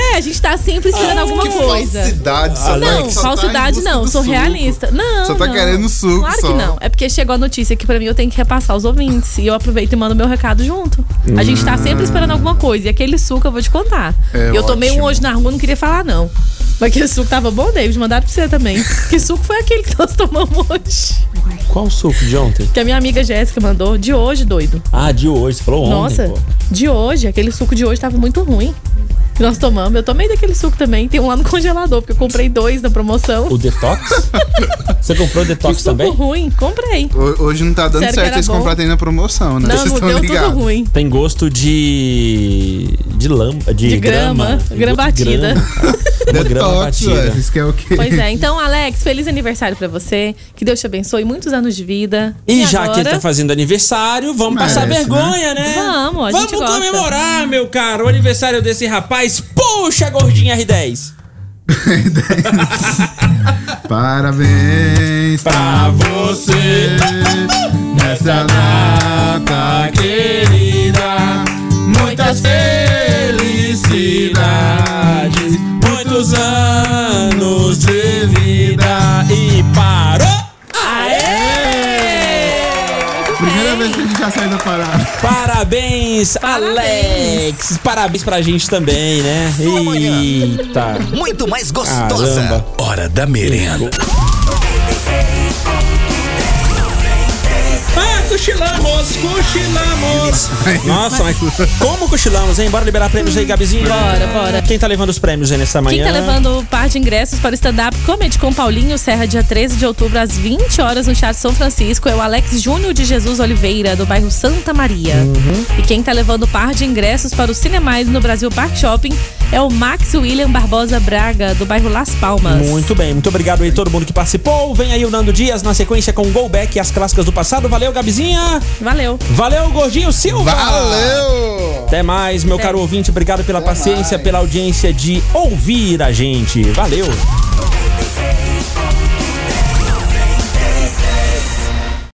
Speaker 4: é, a gente tá sempre esperando alguma coisa.
Speaker 5: Falsidade, só
Speaker 4: Ah,
Speaker 5: tá
Speaker 4: Não, falsidade não, sou realista. Não.
Speaker 5: Só tá
Speaker 4: não.
Speaker 5: querendo suco,
Speaker 4: Claro
Speaker 5: só.
Speaker 4: que não. É porque chegou a notícia que pra mim eu tenho que repassar os ouvintes. E eu aproveito e mando meu recado junto. A gente tá sempre esperando alguma coisa. E aquele suco eu vou te contar.
Speaker 5: Hum. É
Speaker 4: eu tomei um
Speaker 5: ótimo.
Speaker 4: hoje na rua, não queria falar, não. Mas aquele suco tava bom, David. Mandaram pra você também. Que suco foi aquele que nós tomamos hoje?
Speaker 3: Qual o suco de ontem?
Speaker 4: Que a minha amiga Jéssica mandou. De hoje, doido.
Speaker 3: Ah, de hoje. Você falou ontem,
Speaker 4: Nossa,
Speaker 3: pô.
Speaker 4: de hoje, aquele suco de hoje tava muito ruim. Que nós tomamos. Eu tomei daquele suco também. Tem um lá no congelador, porque eu comprei dois na promoção.
Speaker 3: O detox? Você comprou o detox também?
Speaker 4: ruim, comprei.
Speaker 5: Ho- Hoje não tá dando
Speaker 4: Sério que
Speaker 5: certo
Speaker 4: era
Speaker 5: eles
Speaker 4: bom?
Speaker 5: comprarem na promoção, né?
Speaker 4: Não,
Speaker 5: Vocês
Speaker 4: não
Speaker 5: estão
Speaker 4: deu tudo
Speaker 5: ligados.
Speaker 4: ruim.
Speaker 3: Tem gosto de. de lama. De,
Speaker 4: De grama,
Speaker 3: Tem
Speaker 4: grama
Speaker 3: gosto de
Speaker 4: batida.
Speaker 3: grama. Uma grama
Speaker 5: Detox,
Speaker 3: batida.
Speaker 5: ué, isso que é o quê?
Speaker 4: Pois é, então, Alex, feliz aniversário pra você. Que Deus te abençoe, muitos anos de vida.
Speaker 3: E já
Speaker 4: agora-
Speaker 3: que ele tá fazendo aniversário, vamos passar
Speaker 4: Merece,
Speaker 3: vergonha, né?
Speaker 4: né? Vamos, a gente
Speaker 3: Vamos
Speaker 4: gosta.
Speaker 3: comemorar, meu caro, o aniversário desse rapaz. Puxa, gordinha R10.
Speaker 5: Parabéns pra você nessa data querida.
Speaker 3: Muitas felicidades, muitos anos de vida e parou! Aê!
Speaker 5: Primeira vez que a gente já saiu da parada.
Speaker 3: Parabéns, Alex! Parabéns pra gente também, né? Eita!
Speaker 2: Muito mais gostosa.
Speaker 3: Caramba.
Speaker 11: Hora da merenda.
Speaker 3: Ah, cochilamos, cochilamos! Nossa, mas como cochilamos, hein? Bora liberar prêmios aí, Gabizinho?
Speaker 4: Bora, bora.
Speaker 3: Quem tá levando os prêmios aí nessa manhã?
Speaker 4: Quem tá levando o par de ingressos para o stand-up Comedy com Paulinho Serra, dia 13 de outubro, às 20 horas, no Teatro São Francisco, é o Alex Júnior de Jesus Oliveira, do bairro Santa Maria.
Speaker 3: Uhum.
Speaker 4: E quem tá levando o par de ingressos para o Cinemais no Brasil Park Shopping é o Max William Barbosa Braga, do bairro Las Palmas.
Speaker 3: Muito bem, muito obrigado aí todo mundo que participou. Vem aí o Nando Dias na sequência com o Go Back e as clássicas do passado. Valeu, Gabizinha!
Speaker 4: Valeu!
Speaker 3: Valeu, Gordinho Silva!
Speaker 5: Valeu!
Speaker 3: Até mais, meu caro ouvinte. Obrigado pela paciência, pela audiência de ouvir a gente. Valeu!